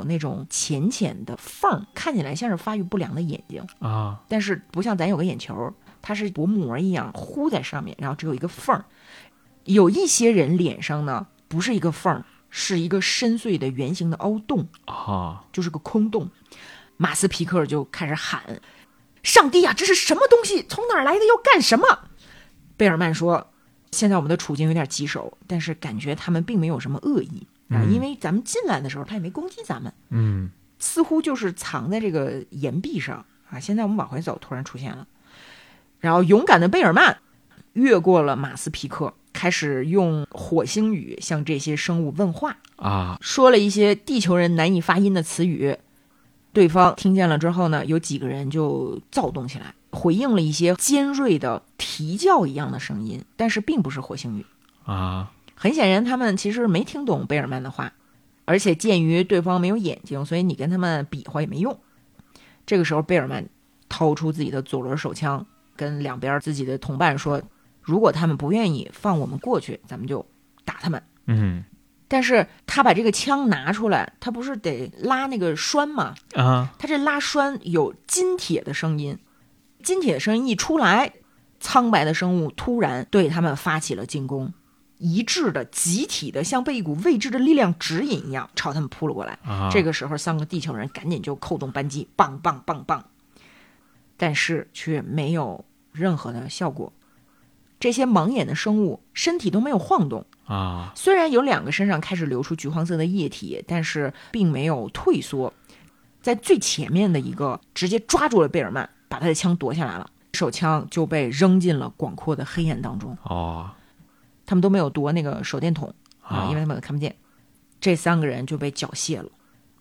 A: 有那种浅浅的缝儿，看起来像是发育不良的眼睛，
B: 啊，
A: 但是不像咱有个眼球，它是薄膜一样糊在上面，然后只有一个缝儿。有一些人脸上呢，不是一个缝儿，是一个深邃的圆形的凹洞。
B: 啊，
A: 就是个空洞。马斯皮克就开始喊：“上帝呀、这是什么东西？从哪儿来的？要干什么？”贝尔曼说：“现在我们的处境有点棘手，但是感觉他们并没有什么恶意啊，
B: 嗯
A: 因为咱们进来的时候他也没攻击咱们，
B: 嗯，
A: 似乎就是藏在这个岩壁上啊。现在我们往回走，突然出现了。然后勇敢的贝尔曼越过了马斯皮克，开始用火星语向这些生物问话。
B: 啊，
A: 说了一些地球人难以发音的词语，对方听见了之后呢，有几个人就躁动起来，回应了一些尖锐的啼叫一样的声音，但是并不是火星语。
B: 啊，
A: 很显然，他们其实没听懂贝尔曼的话，而且鉴于对方没有眼睛，所以你跟他们比划也没用。这个时候，贝尔曼掏出自己的左轮手枪，跟两边自己的同伴说：“如果他们不愿意放我们过去，咱们就打他们。”
B: 嗯，
A: 但是他把这个枪拿出来，他不是得拉那个栓吗？
B: 啊，
A: 他这拉栓有金铁的声音，金铁的声音一出来，苍白的生物突然对他们发起了进攻，一致的、集体的，像被一股未知的力量指引一样，朝他们扑了过来。
B: 啊，
A: 这个时候，三个地球人赶紧就扣动扳机，棒棒棒棒，但是却没有任何的效果。这些盲眼的生物身体都没有晃动。
B: 啊，
A: 虽然有两个身上开始流出橘黄色的液体，但是并没有退缩，在最前面的一个直接抓住了贝尔曼，把他的枪夺下来了，手枪就被扔进了广阔的黑暗当中。
B: 哦，
A: 他们都没有夺那个手电筒啊，
B: 啊
A: 因为他们看不见。这三个人就被缴械了，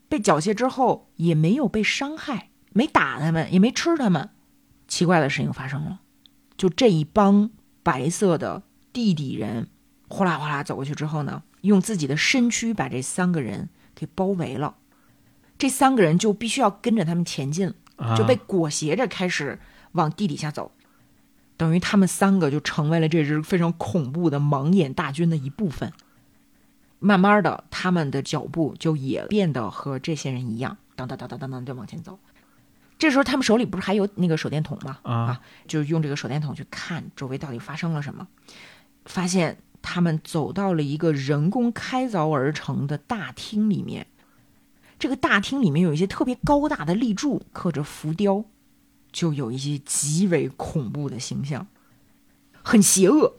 A: 被缴械之后也没有被伤害，没打他们，也没吃他们。奇怪的事情发生了，就这一帮白色的地底人，哗啦哗啦走过去之后呢，用自己的身躯把这三个人给包围了。这三个人就必须要跟着他们前进了
B: 啊
A: 就被裹挟着开始往地底下走，等于他们三个就成为了这支非常恐怖的盲眼大军的一部分。慢慢的，他们的脚步就也变得和这些人一样，当当当当当当就往前走。这时候，他们手里不是还有那个手电筒吗？
B: 啊
A: 就用这个手电筒去看周围到底发生了什么，发现他们走到了一个人工开凿而成的大厅里面。这个大厅里面有一些特别高大的立柱，刻着浮雕，就有一些极为恐怖的形象，很邪恶。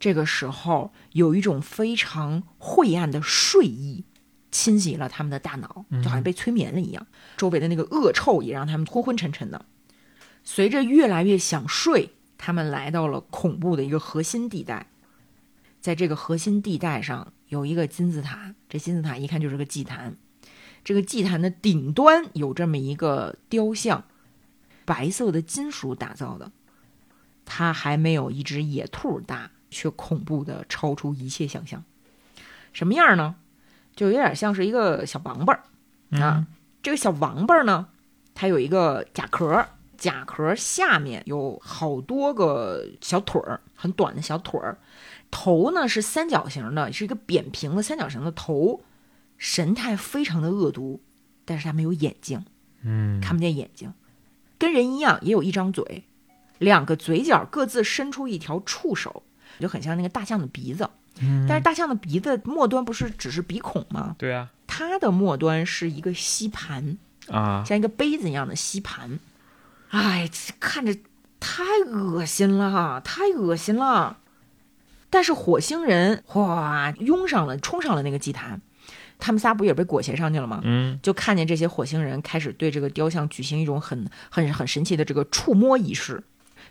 A: 这个时候，有一种非常晦暗的睡意侵袭了他们的大脑，就好像被催眠了一样。周围的那个恶臭也让他们昏昏沉沉的。随着越来越想睡，他们来到了恐怖的一个核心地带。在这个核心地带上有一个金字塔，这金字塔一看就是个祭坛。这个祭坛的顶端有这么一个雕像，白色的金属打造的，它还没有一只野兔大，却恐怖的超出一切想象。什么样呢？就有点像是一个小王八儿啊。这个小王八儿呢，它有一个甲壳儿，甲壳儿下面有好多个小腿儿，很短的小腿儿。头呢是三角形的，是一个扁平的三角形的头，神态非常的恶毒，但是它没有眼睛，
B: 嗯，
A: 看不见眼睛，跟人一样也有一张嘴，两个嘴角各自伸出一条触手，就很像那个大象的鼻子。
B: 嗯
A: 但是大象的鼻子末端不是只是鼻孔吗？
B: 对啊，
A: 它的末端是一个吸盘，
B: 啊，
A: 像一个杯子一样的吸盘。哎，这看着太恶心了，太恶心了。但是火星人哗拥上了，冲上了那个祭坛，他们仨不也被裹挟上去了吗？
B: 嗯，
A: 就看见这些火星人开始对这个雕像举行一种很很很神奇的这个触摸仪式，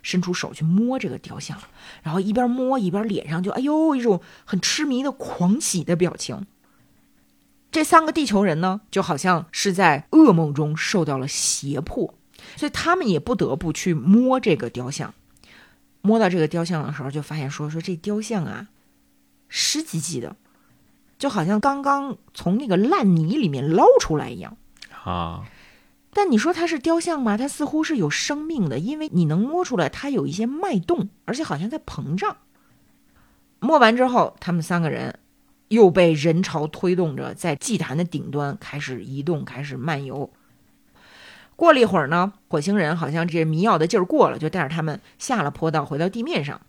A: 伸出手去摸这个雕像，然后一边摸一边脸上就哎呦一种很痴迷的狂喜的表情。这三个地球人呢，就好像是在噩梦中受到了胁迫，所以他们也不得不去摸这个雕像。摸到这个雕像的时候，就发现说说这雕像啊，湿唧唧的，就好像刚刚从那个烂泥里面捞出来一样。
B: 啊，
A: 但你说它是雕像吗？它似乎是有生命的，因为你能摸出来它有一些脉动，而且好像在膨胀。摸完之后，他们三个人又被人潮推动着，在祭坛的顶端开始移动，开始漫游。过了一会儿呢，火星人好像这迷药的劲儿过了，就带着他们下了坡道，回到地面上。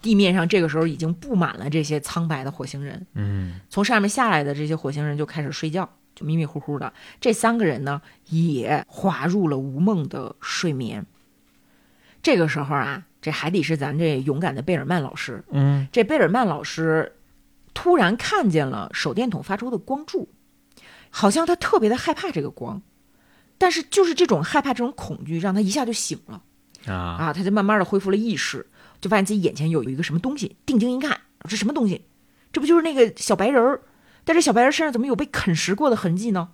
A: 地面上这个时候已经布满了这些苍白的火星人。
B: 嗯，
A: 从上面下来的这些火星人就开始睡觉，就迷迷糊糊的。这三个人呢，也滑入了无梦的睡眠。这个时候啊，这还得是咱这勇敢的贝尔曼老师。
B: 嗯，
A: 这贝尔曼老师突然看见了手电筒发出的光柱，好像他特别的害怕这个光，但是就是这种害怕、这种恐惧，让他一下就醒了。
B: 啊，
A: 啊，他就慢慢的恢复了意识，就发现自己眼前有有一个什么东西，定睛一看，这什么东西？这不就是那个小白人儿？但这小白人身上怎么有被啃食过的痕迹呢？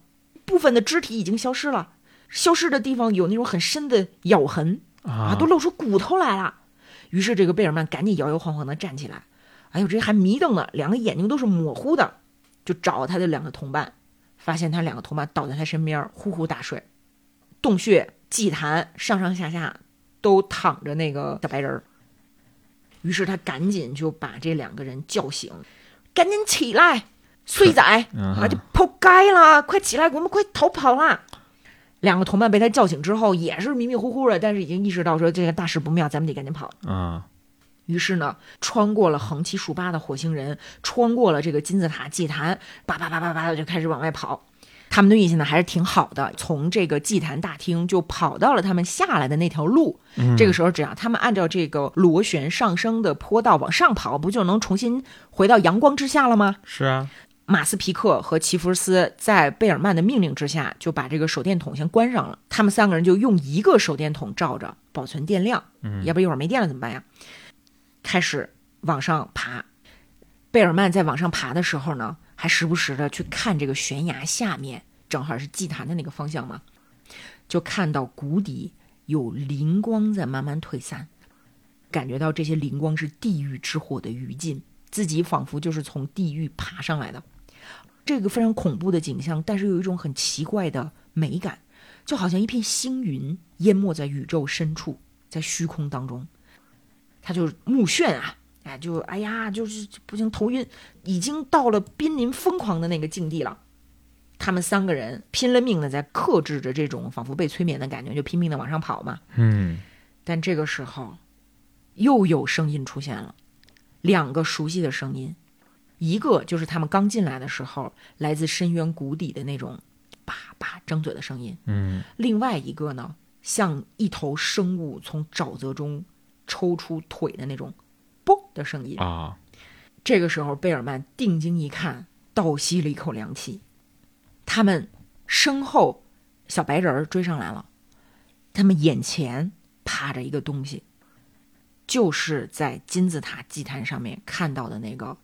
A: 部分的肢体已经消失了，消失的地方有那种很深的咬痕啊，
B: 啊
A: 都露出骨头来了。于是这个贝尔曼赶紧摇摇晃晃的站起来，哎呦，这还迷瞪呢，两个眼睛都是模糊的，就找他的两个同伴，发现他两个同伴倒在他身边呼呼大睡，洞穴、祭坛上上下下都躺着那个小白人儿。于是他赶紧就把这两个人叫醒，赶紧起来，碎仔
B: 嗯
A: 啊，就扑街啦！快起来，我们快逃跑啦！两个同伴被他叫醒之后，也是迷迷糊糊的，但是已经意识到说这个大事不妙，咱们得赶紧跑。
B: 啊，
A: 于是呢，穿过了横七竖八的火星人，穿过了这个金字塔祭坛，叭叭叭叭叭的就开始往外跑。他们的运气呢还是挺好的，从这个祭坛大厅就跑到了他们下来的那条路。这个时候，只要他们按照这个螺旋上升的坡道往上跑，不就能重新回到阳光之下了吗？
B: 是啊，
A: 马斯皮克和齐弗斯在贝尔曼的命令之下，就把这个手电筒先关上了。他们三个人就用一个手电筒照着，保存电量。
B: 嗯
A: 要不一会儿没电了怎么办呀？开始往上爬。贝尔曼在往上爬的时候呢，还时不时的去看这个悬崖下面，正好是祭坛的那个方向嘛，就看到谷底有灵光在慢慢退散，感觉到这些灵光是地狱之火的余烬，自己仿佛就是从地狱爬上来的。这个非常恐怖的景象，但是有一种很奇怪的美感，就好像一片星云淹没在宇宙深处。在虚空当中，他就目眩啊，哎，就哎呀，就是不行，头晕，已经到了濒临疯狂的那个境地了。他们三个人拼了命的在克制着这种仿佛被催眠的感觉，就拼命的往上跑嘛。
B: 嗯，
A: 但这个时候，又有声音出现了，两个熟悉的声音，一个就是他们刚进来的时候来自深渊谷底的那种叭叭张嘴的声音，
B: 嗯，
A: 另外一个呢，像一头生物从沼泽中抽出腿的那种“啵”的声音。
B: 啊，
A: 这个时候，贝尔曼定睛一看，倒吸了一口凉气。他们身后小白人儿追上来了，他们眼前趴着一个东西，就是在金字塔祭坛上面看到的那个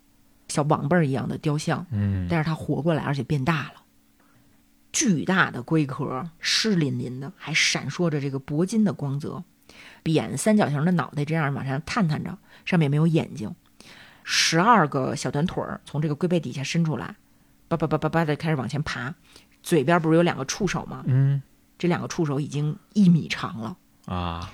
A: 小王八儿一样的雕像。
B: 嗯，
A: 但是它活过来，而且变大了，巨大的龟壳，湿淋淋的，还闪烁着这个铂金的光泽，扁三角形的脑袋这样往上探探着，上面没有眼睛，十二个小短腿儿从这个龟背底下伸出来，叭叭叭叭叭的开始往前爬，嘴边不是有两个触手吗？
B: 嗯，
A: 这两个触手已经一米长了。
B: 啊，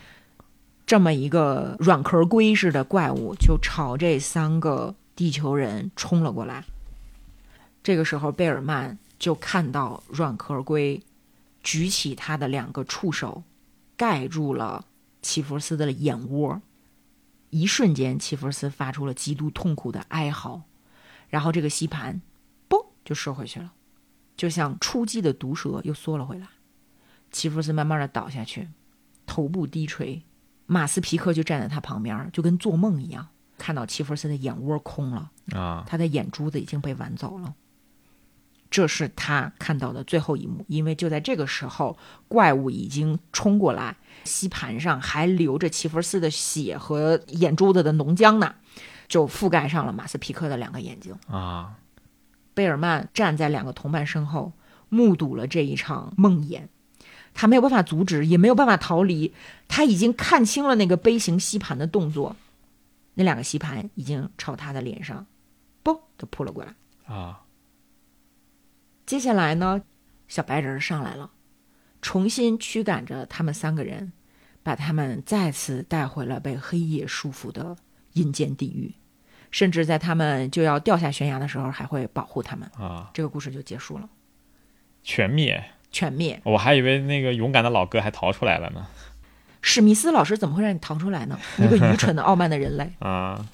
A: 这么一个软壳龟似的怪物就朝这三个地球人冲了过来。这个时候，贝尔曼就看到软壳龟举起它的两个触手，盖住了齐弗斯的眼窝。一瞬间，齐弗斯发出了极度痛苦的哀嚎，然后这个吸盘，嘣就收回去了，就像出击的毒蛇又缩了回来。齐弗斯慢慢的倒下去，头部低垂，马斯皮克就站在他旁边，就跟做梦一样，看到齐弗森的眼窝空了，
B: 啊，
A: 他的眼珠子已经被玩走了。这是他看到的最后一幕，因为就在这个时候，怪物已经冲过来，吸盘上还流着齐弗斯的血和眼珠子的浓浆呢，就覆盖上了马斯皮克的两个眼睛。
B: 啊，
A: 贝尔曼站在两个同伴身后，目睹了这一场梦魇。他没有办法阻止，也没有办法逃离。他已经看清了那个杯形吸盘的动作，那两个吸盘已经朝他的脸上，嘣的扑了过来。
B: 啊，
A: 接下来呢，小白人儿上来了，重新驱赶着他们三个人，把他们再次带回了被黑夜束缚的阴间地狱，甚至在他们就要掉下悬崖的时候，还会保护他们。
B: 啊，
A: 这个故事就结束了，
B: 全灭！
A: 全灭。
B: 我还以为那个勇敢的老哥还逃出来了呢。
A: 史密斯老师怎么会让你逃出来呢？一个愚蠢的、傲慢的人类，
B: 啊，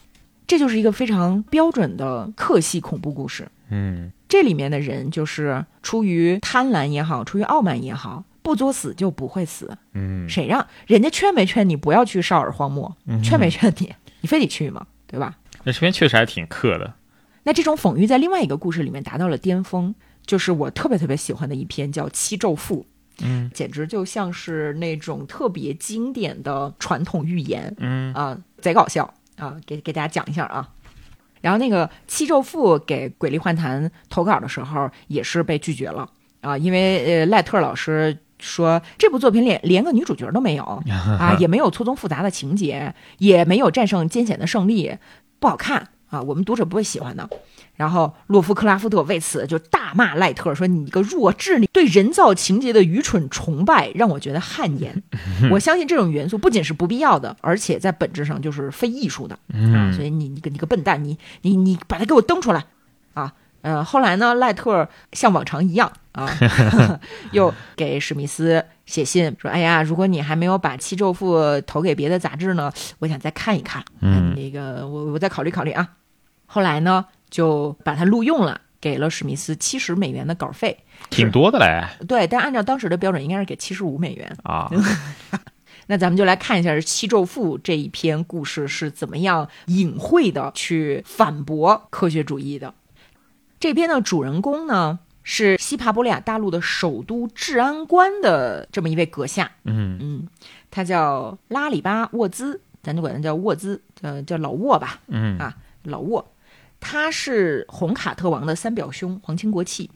A: 这就是一个非常标准的克系恐怖故事。
B: 嗯，
A: 这里面的人就是出于贪婪也好，出于傲慢也好，不作死就不会死。
B: 嗯，
A: 谁让人家劝没劝你不要去少儿荒漠？ 劝没劝你，你非得去吗？对吧？
B: 那这篇确实还挺克的。
A: 那这种讽喻在另外一个故事里面达到了巅峰，就是我特别特别喜欢的一篇叫《七咒赋》，
B: 嗯
A: 简直就像是那种特别经典的传统寓言
B: 嗯
A: 啊，贼搞笑啊！给给大家讲一下啊。然后那个《七咒赋》给《鬼力幻谈》投稿的时候，也是被拒绝了啊，因为呃赖特老师说这部作品连连个女主角都没有 啊，也没有错综复杂的情节，也没有战胜艰险的胜利，不好看啊，我们读者不会喜欢的。然后洛夫克拉夫特为此就大骂赖特说：“你个弱智，你对人造情节的愚蠢崇拜让我觉得汗颜。我相信这种元素不仅是不必要的，而且在本质上就是非艺术的。
B: 嗯
A: 啊，所以你你个你个笨蛋，你你你把它给我登出来啊！呃，后来呢，赖特像往常一样啊， 又给史密斯写信说：“哎呀，如果你还没有把《七咒赋》投给别的杂志呢，我想再看一看。
B: 嗯
A: 那个我我再考虑考虑啊。”后来呢，就把它录用了，给了史密斯七十美元的稿费。
B: 挺多的嘞。
A: 对，但按照当时的标准，应该是给七十五美元。
B: 啊，
A: 那咱们就来看一下《七咒赋》这一篇故事是怎么样隐晦的去反驳科学主义的。这篇的主人公呢是西帕布利亚大陆的首都治安官的这么一位阁下，
B: 嗯
A: 嗯，他叫拉里巴沃兹，咱就管他叫沃兹，呃，叫老沃吧，啊
B: 嗯
A: 老沃，他是红卡特王的三表兄，皇亲国戚，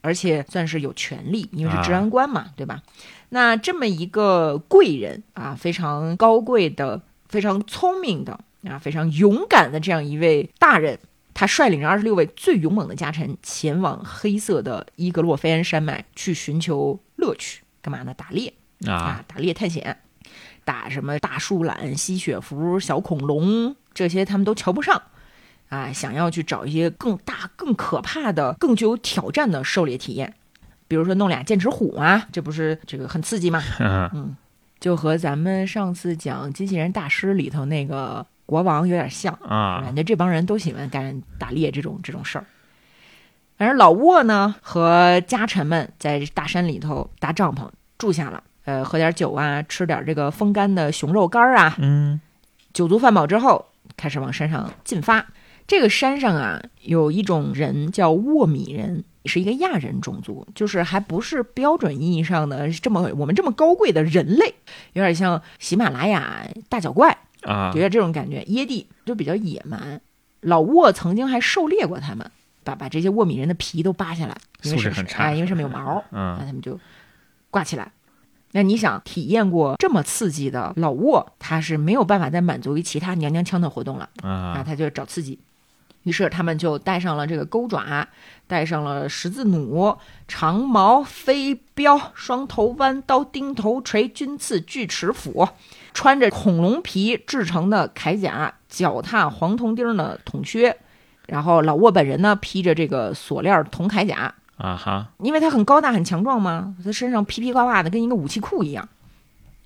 A: 而且算是有权利，因为是治安官嘛，对吧？那这么一个贵人啊，非常高贵的、非常聪明的啊、非常勇敢的这样一位大人，他率领着二十六位最勇猛的家臣前往黑色的伊格洛菲安山脉去寻求乐趣，干嘛呢？打猎。
B: 啊
A: 啊，打猎探险，打什么大树懒、吸血蝠、小恐龙这些他们都瞧不上，啊，想要去找一些更大、更可怕的、更具有挑战的狩猎体验，比如说弄俩剑齿虎啊，这不是这个很刺激吗？
B: 嗯
A: 就和咱们上次讲《机器人大师》里头那个国王有点像。
B: 啊
A: 感觉这帮人都喜欢干打猎这种这种事儿。反正老沃呢和家臣们在大山里头搭帐篷住下了，呃，喝点酒啊，吃点这个风干的熊肉干儿啊，
B: 嗯
A: 酒足饭饱之后，开始往山上进发。这个山上啊，有一种人叫沃米人，是一个亚人种族，就是还不是标准意义上的这么我们这么高贵的人类，有点像喜马拉雅大脚怪
B: 啊
A: 有点这种感觉。耶地就比较野蛮，老沃曾经还狩猎过他们，把把这些沃米人的皮都扒下来，因为
B: 素质
A: 是
B: 很差
A: 哎，因为上面有毛，那
B: 嗯
A: 他们就挂起来。那你想体验过这么刺激的老沃，他是没有办法再满足于其他娘娘腔的活动了，啊，
B: 啊
A: 他就找刺激。于是他们就带上了这个钩爪，带上了十字弩、长矛、飞镖、双头弯刀、钉头锤、军刺、锯齿斧，穿着恐龙皮制成的铠甲，脚踏黄铜钉的筒靴。然后老沃本人呢，披着这个锁链铜铠甲，
B: 啊哈
A: 因为他很高大很强壮嘛，他身上披披挂挂的，跟一个武器库一样，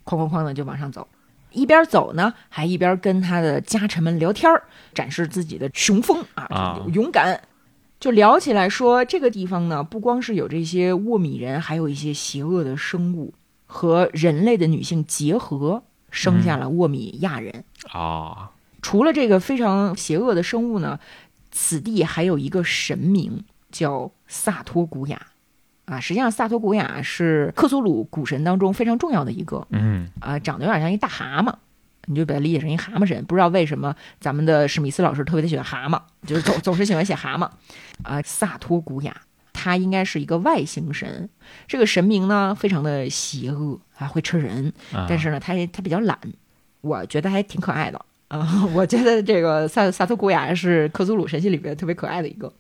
A: 哐哐哐的就往上走。一边走呢，还一边跟他的家臣们聊天儿，展示自己的雄风啊
B: 啊，
A: 勇敢。就聊起来说，这个地方呢，不光是有这些沃米人，还有一些邪恶的生物和人类的女性结合，生下了沃米亚人。
B: 啊，
A: 除了这个非常邪恶的生物呢，此地还有一个神明叫萨托古雅。啊，实际上萨托古雅是克苏鲁古神当中非常重要的一个，
B: 嗯，
A: 啊，长得有点像一大蛤蟆，你就把它理解成一蛤蟆神。不知道为什么咱们的史密斯老师特别的喜欢蛤蟆，就是总 总是喜欢写蛤蟆。啊，萨托古雅，他应该是一个外星神。这个神明呢，非常的邪恶，还会吃人，
B: 啊
A: 但是呢，他他比较懒，我觉得还挺可爱的啊。我觉得这个萨萨托古雅是克苏鲁神系里边特别可爱的一个。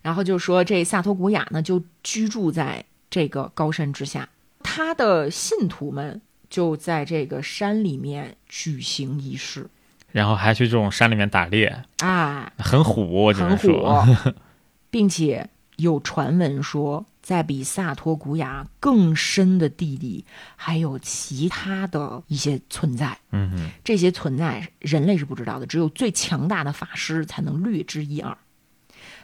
A: 然后就说这萨托古雅呢，就居住在这个高山之下，他的信徒们就在这个山里面举行仪式
B: 然后还去这种山里面打猎，
A: 啊，
B: 很虎，我只能
A: 很
B: 说，
A: 火，并且有传闻说，在比萨托古雅更深的地底，还有其他的一些存在。
B: 嗯哼，
A: 这些存在人类是不知道的，只有最强大的法师才能略知一二。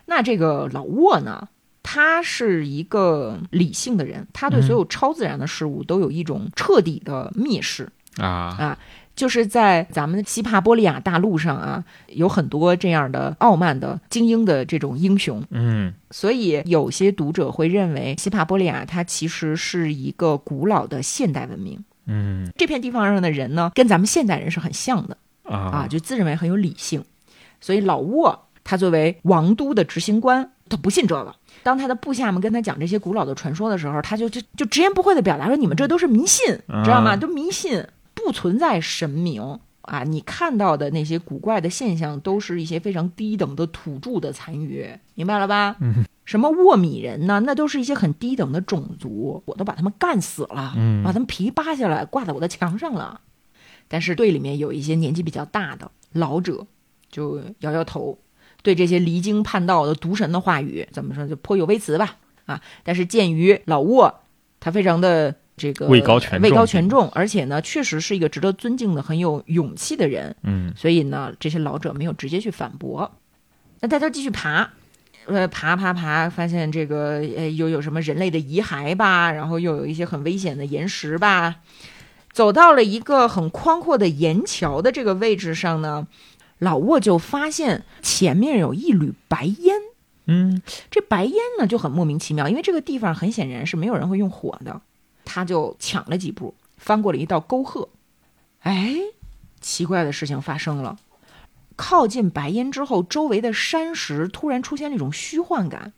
A: 那这个老沃呢，他是一个理性的人，他对所有超自然的事物都有一种彻底的蔑视。
B: 啊，
A: 就是在咱们西帕波利亚大陆上啊，有很多这样的傲慢的精英的这种英雄，
B: 嗯，
A: 所以有些读者会认为西帕波利亚它其实是一个古老的现代文明。
B: 嗯，
A: 这片地方上的人呢，跟咱们现代人是很像的。啊，
B: 啊，
A: 就自认为很有理性。所以老沃他作为王都的执行官，他不信这个。当他的部下们跟他讲这些古老的传说的时候，他就就就直言不讳的表达说：“你们这都是迷信，知道吗？
B: 啊
A: 都迷信，不存在神明啊！你看到的那些古怪的现象，都是一些非常低等的土著的残余，明白了吧？
B: 嗯
A: 什么沃米人呢？那都是一些很低等的种族，我都把他们干死了。
B: 嗯
A: 把他们皮扒下来挂在我的墙上了。但是队里面有一些年纪比较大的老者，就摇摇头，对这些离经叛道的毒神的话语，怎么说就颇有微词吧。啊，但是鉴于老沃他非常的这个
B: 位高权重
A: 位高权重，而且呢，确实是一个值得尊敬的、很有勇气的人，
B: 嗯，
A: 所以呢，这些老者没有直接去反驳。那大家继续爬，呃，爬爬爬，发现这个呃又有什么人类的遗骸吧，然后又有一些很危险的岩石吧。走到了一个很宽阔的岩桥的这个位置上呢，老沃就发现前面有一缕白烟。
B: 嗯，
A: 这白烟呢就很莫名其妙，因为这个地方很显然是没有人会用火的。他就抢了几步，翻过了一道沟壑。哎，奇怪的事情发生了。靠近白烟之后，周围的山石突然出现了一种虚幻感，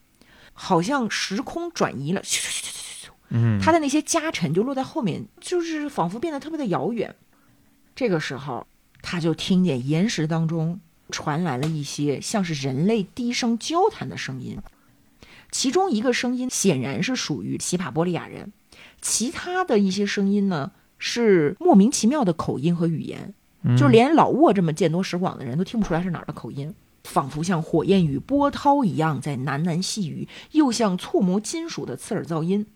A: 好像时空转移了。咻咻咻咻咻咻
B: 嗯，
A: 它的那些家臣就落在后面，就是仿佛变得特别的遥远。这个时候，他就听见岩石当中传来了一些像是人类低声交谈的声音，其中一个声音显然是属于西帕波利亚人，其他的一些声音呢是莫名其妙的口音和语言，就连老沃这么见多识广的人都听不出来是哪儿的口音。仿佛像火焰与波涛一样在喃喃细语，又像触磨金属的刺耳噪音。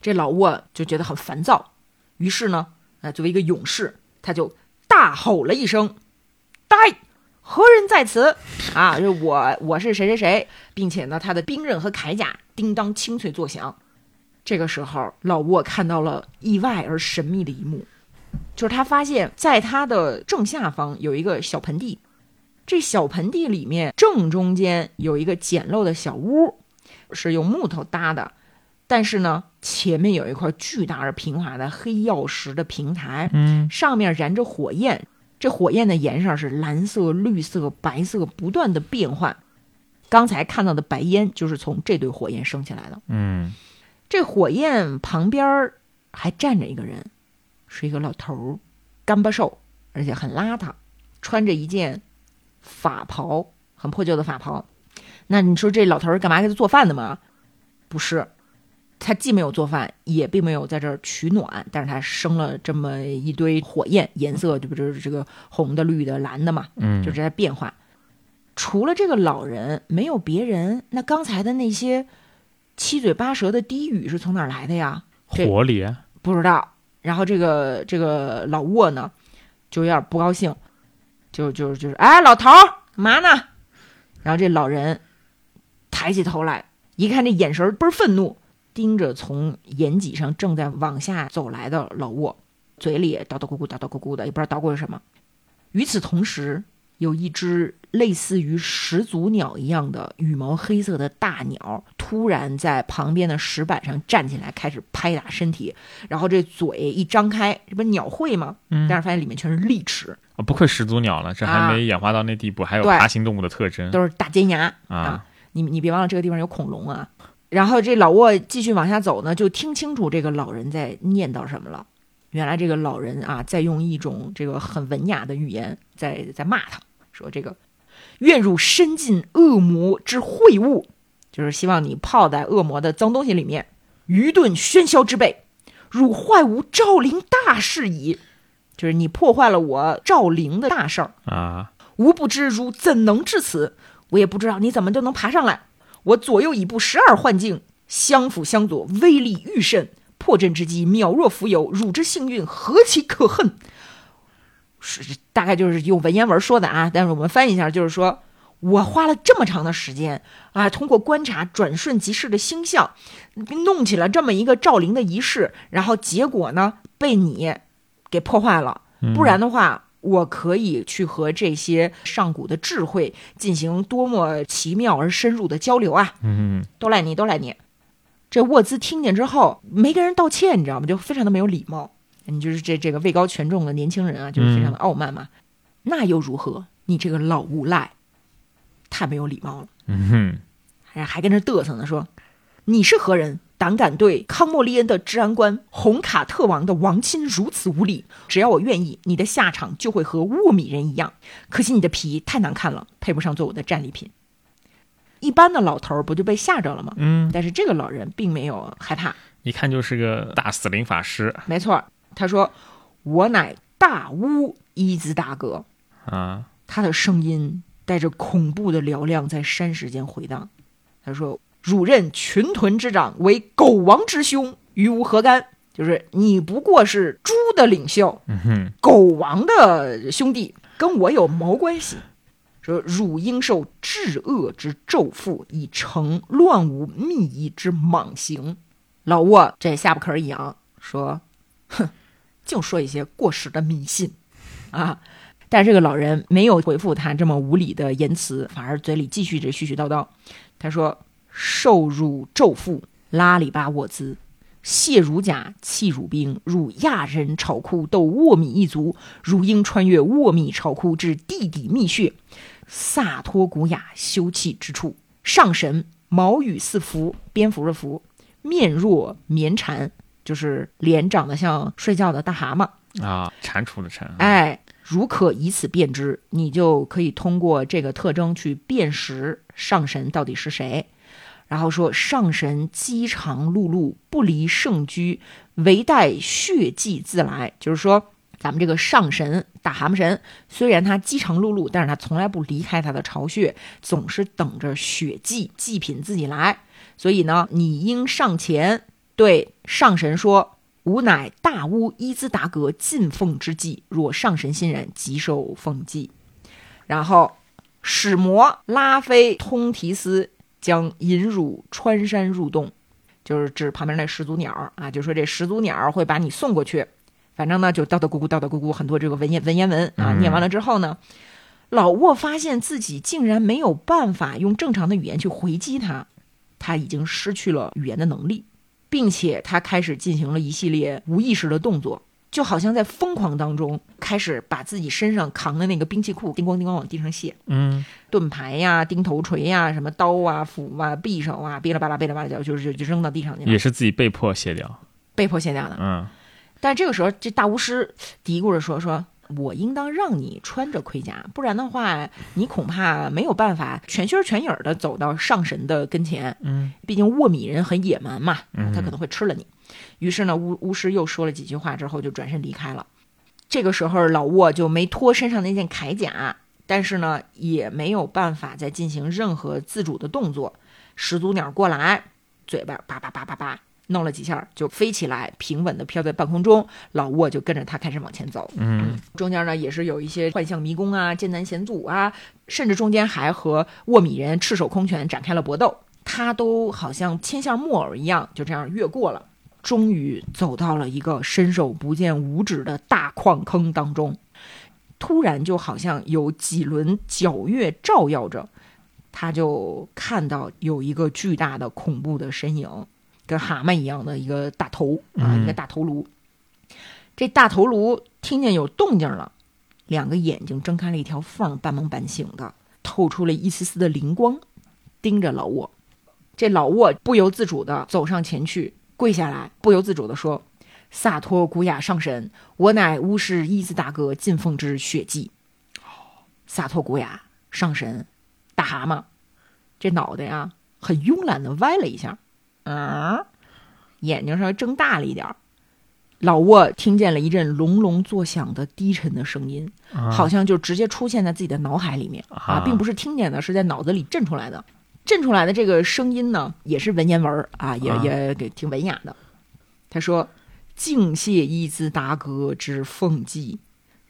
A: 这老沃就觉得很烦躁，于是呢，啊，作为一个勇士，他就大吼了一声：“呆，何人在此？”啊，就我我是谁谁谁，并且呢，他的兵刃和铠甲叮当清脆作响。这个时候，老沃看到了意外而神秘的一幕，就是他发现，在他的正下方有一个小盆地，这小盆地里面正中间有一个简陋的小屋，是用木头搭的，但是呢，前面有一块巨大而平滑的黑曜石的平台，
B: 嗯，
A: 上面燃着火焰，这火焰的颜色是蓝色、绿色、白色，不断的变换。刚才看到的白烟就是从这堆火焰升起来的。
B: 嗯，
A: 这火焰旁边儿还站着一个人，是一个老头儿，干巴瘦，而且很邋遢，穿着一件法袍，很破旧的法袍。那你说这老头儿干嘛给他做饭的吗？不是，他既没有做饭，也并没有在这儿取暖，但是他生了这么一堆火焰，颜色这不就是这个红的、绿的、蓝的嘛，
B: 嗯，
A: 就是在变化。除了这个老人，没有别人。那刚才的那些七嘴八舌的低语是从哪儿来的呀？这
B: 火里，
A: 不知道。然后这个这个老沃呢，就有点不高兴，就就就是，哎，老头儿干嘛呢？然后这老人抬起头来，一看这眼神儿倍儿愤怒，盯着从岩脊上正在往下走来的老沃。嘴里叨叨咕咕、叨叨咕咕的，也不知道叨咕什么。与此同时，有一只类似于始祖鸟一样的羽毛黑色的大鸟，突然在旁边的石板上站起来，开始拍打身体，然后这嘴一张开，这不鸟喙吗？
B: 嗯
A: 但是发现里面全是利齿，
B: 啊，不愧始祖鸟了，这还
A: 啊
B: 没演化到那地步，还有
A: 对
B: 爬行动物的特征
A: 都是大尖牙
B: 啊。
A: 你你别忘了这个地方有恐龙啊。然后这老沃继续往下走呢，就听清楚这个老人在念叨什么了。原来这个老人啊，在用一种这个很文雅的语言在在骂他，说这个愿入深尽恶魔之秽物，就是希望你泡在恶魔的脏东西里面，愚钝喧嚣之辈，汝坏无赵灵大事矣，就是你破坏了我赵灵的大事儿。
B: 啊，
A: 吾不知汝怎能至此，我也不知道你怎么就能爬上来。我左右已步十二幻境，相辅相佐，威力愈甚。破阵之机，渺若浮游，汝之幸运何其可恨！是大概就是用文言文说的啊，但是我们翻译一下，就是说我花了这么长的时间啊，通过观察转瞬即逝的星象，弄起了这么一个照灵的仪式，然后结果呢被你给破坏了。
B: 嗯
A: 不然的话，我可以去和这些上古的智慧进行多么奇妙而深入的交流啊！
B: 嗯，
A: 都赖你，都赖你。这沃兹听见之后，没跟人道歉，你知道吗？就非常的没有礼貌。你就是这这个位高权重的年轻人啊，就是非常的傲慢嘛。那又如何？你这个老无赖，太没有礼貌了。
B: 嗯哼，
A: 还哎还跟这嘚瑟呢，说你是何人，胆敢对康莫利恩的治安官红卡特王的王亲如此无礼？只要我愿意，你的下场就会和沃米人一样。可惜你的皮太难看了，配不上做我的战利品。一般的老头儿不就被吓着了吗？
B: 嗯，
A: 但是这个老人并没有害怕，
B: 一看就是个大死灵法师
A: 没错儿，他说：“我乃大巫伊兹大哥。”
B: 啊，
A: 他的声音带着恐怖的嘹亮在山石间回荡。他说：“汝任群豚之长，为狗王之兄，于吾何干？”就是你不过是猪的领袖，
B: 嗯哼，
A: 狗王的兄弟，跟我有毛关系？说汝应受治恶之咒缚，以惩乱吾密夷之莽行。老沃这下巴壳一扬，说：“哼，净说一些过时的迷信啊！”但是这个老人没有回复他这么无理的言辞，反而嘴里继续着絮絮叨叨。他说：“受汝咒缚，拉里巴沃兹，谢汝甲，弃汝兵，汝亚人朝窟斗沃米一族，汝应穿越沃米朝窟至地底密穴，萨托古雅休憩之处。上神毛羽似蝠，蝙蝠的蝠，面若绵蝉，就是脸长得像睡觉的大蛤蟆。
B: 啊，蟾蜍的蟾，，
A: 哎，如可以此辨之，你就可以通过这个特征去辨识上神到底是谁。然后说上神饥肠辘辘，不离圣居，唯待血迹自来。就是说，咱们这个上神大蛤蟆神，虽然他饥肠辘辘，但是他从来不离开他的巢穴，总是等着血祭祭品自己来。所以呢，你应上前对上神说：“吾乃大巫伊兹达格进奉之际，若上神欣然，即受奉祭。”然后，使魔拉菲通提斯将引汝穿山入洞，就是指旁边那始祖鸟啊，就说这始祖鸟会把你送过去。反正呢，就叨叨咕咕叨叨咕咕，很多这个文言文言文啊，
B: 嗯
A: 念完了之后呢，老沃发现自己竟然没有办法用正常的语言去回击他，他已经失去了语言的能力，并且他开始进行了一系列无意识的动作，就好像在疯狂当中开始把自己身上扛的那个兵器库叮咣叮咣往地上卸，
B: 嗯，
A: 盾牌呀、钉头锤呀、什么刀啊、斧啊、匕首啊，哔啦吧啦哔啦吧啦，就是就就扔到地上去了，
B: 也是自己被迫卸掉，
A: 被迫卸掉的。
B: 嗯，
A: 但这个时候，这大巫师嘀咕着说：“说我应当让你穿着盔甲，不然的话，你恐怕没有办法全心儿全影的走到上神的跟前。
B: 嗯，
A: 毕竟沃米人很野蛮嘛，他可能会吃了你。于是呢，巫巫师又说了几句话之后，就转身离开了。这个时候，老沃就没脱身上那件铠甲，但是呢，也没有办法再进行任何自主的动作。始祖鸟过来，嘴巴叭叭叭叭叭弄了几下，就飞起来，平稳的飘在半空中。老沃就跟着他开始往前走。
B: 嗯，
A: 中间呢也是有一些幻象迷宫啊、艰难险阻啊，甚至中间还和沃米人赤手空拳展开了搏斗。他都好像牵线木偶一样，就这样越过了。终于走到了一个伸手不见五指的大矿坑当中，突然就好像有几轮皎月照耀着，他就看到有一个巨大的恐怖的身影，跟蛤蟆一样的一个大头啊，
B: 嗯
A: 一个大头颅。这大头颅听见有动静了，两个眼睛睁开了一条缝儿，半梦半醒的，透出了一丝丝的灵光，盯着老沃。这老沃不由自主地走上前去，跪下来，不由自主地说：“萨托古雅上神，我乃巫师伊斯大哥进奉之血祭。”萨托古雅上神，大蛤蟆，这脑袋呀很慵懒地歪了一下，嗯，眼睛稍微睁大了一点儿。老沃听见了一阵隆隆作响的低沉的声音，
B: 啊
A: 嗯好像就直接出现在自己的脑海里面啊
B: 啊，
A: 并不是听见的，是在脑子里震出来的。震出来的这个声音呢，也是文言文儿啊，也
B: 啊
A: 也给挺文雅的。他说：“敬谢伊兹达格之奉祭，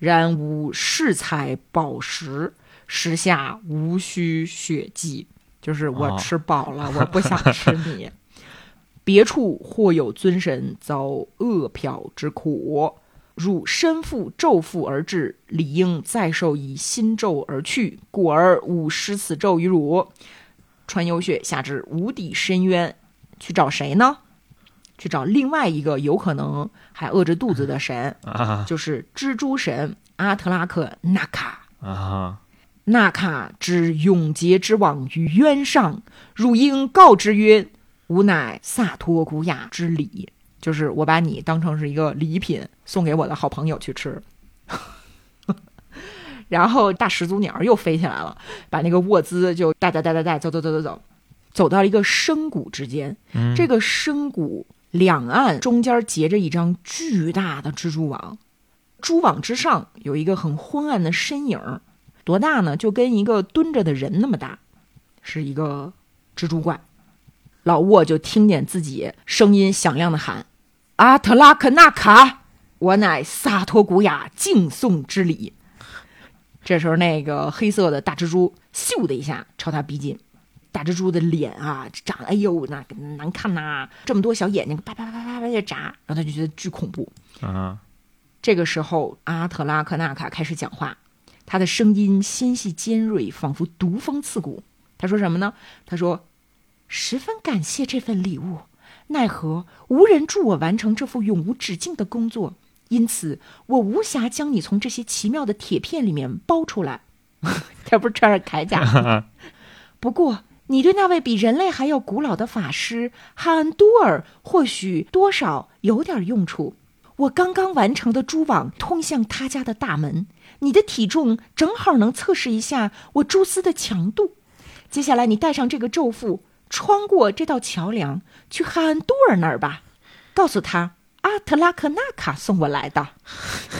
A: 然无适才宝石，时下无需血祭。”就是我
B: 哦
A: 吃饱了，我不想吃你。别处或有尊神遭饿殍之苦，汝身负咒缚而至，理应再受以新咒而去，故而吾施此咒于汝。穿幽穴下至无底深渊，去找谁呢？去找另外一个有可能还饿着肚子的神，
B: 啊
A: 就是蜘蛛神阿特拉克纳卡。
B: 啊！
A: 纳卡之永劫之网于渊上，汝应告之曰：“吾乃萨托古雅之礼。”就是我把你当成是一个礼品送给我的好朋友去吃。 然后大始祖鸟又飞起来了，把那个沃兹就带带带带带走走走走走，走到一个深谷之间。
B: 嗯
A: 这个深谷两岸中间结着一张巨大的蜘蛛网，蛛网之上有一个很昏暗的身影儿，多大呢？就跟一个蹲着的人那么大，是一个蜘蛛怪。老沃就听见自己声音响亮的喊：“阿特拉克纳卡，我乃萨托古雅敬颂之礼。”这时候，那个黑色的大蜘蛛咻的一下朝他逼近，大蜘蛛的脸啊，长得哎呦那难看呐、这么多小眼睛叭叭叭叭叭就眨，然后他就觉得巨恐怖。
B: 啊
A: 这个时候，阿特拉克纳卡开始讲话，他的声音纤细尖锐，仿佛毒风刺骨。他说什么呢？他说：“十分感谢这份礼物，奈何无人助我完成这副永无止境的工作，因此我无暇将你从这些奇妙的铁片里面剥出来。” 他不是穿着铠甲吗？不过。你对那位比人类还要古老的法师哈恩多尔或许多少有点用处，我刚刚完成的蛛网通向他家的大门，你的体重正好能测试一下我蛛丝的强度。接下来，你带上这个咒符，穿过这道桥梁，去哈恩多尔那儿吧。告诉他，阿特拉克纳卡送我来的。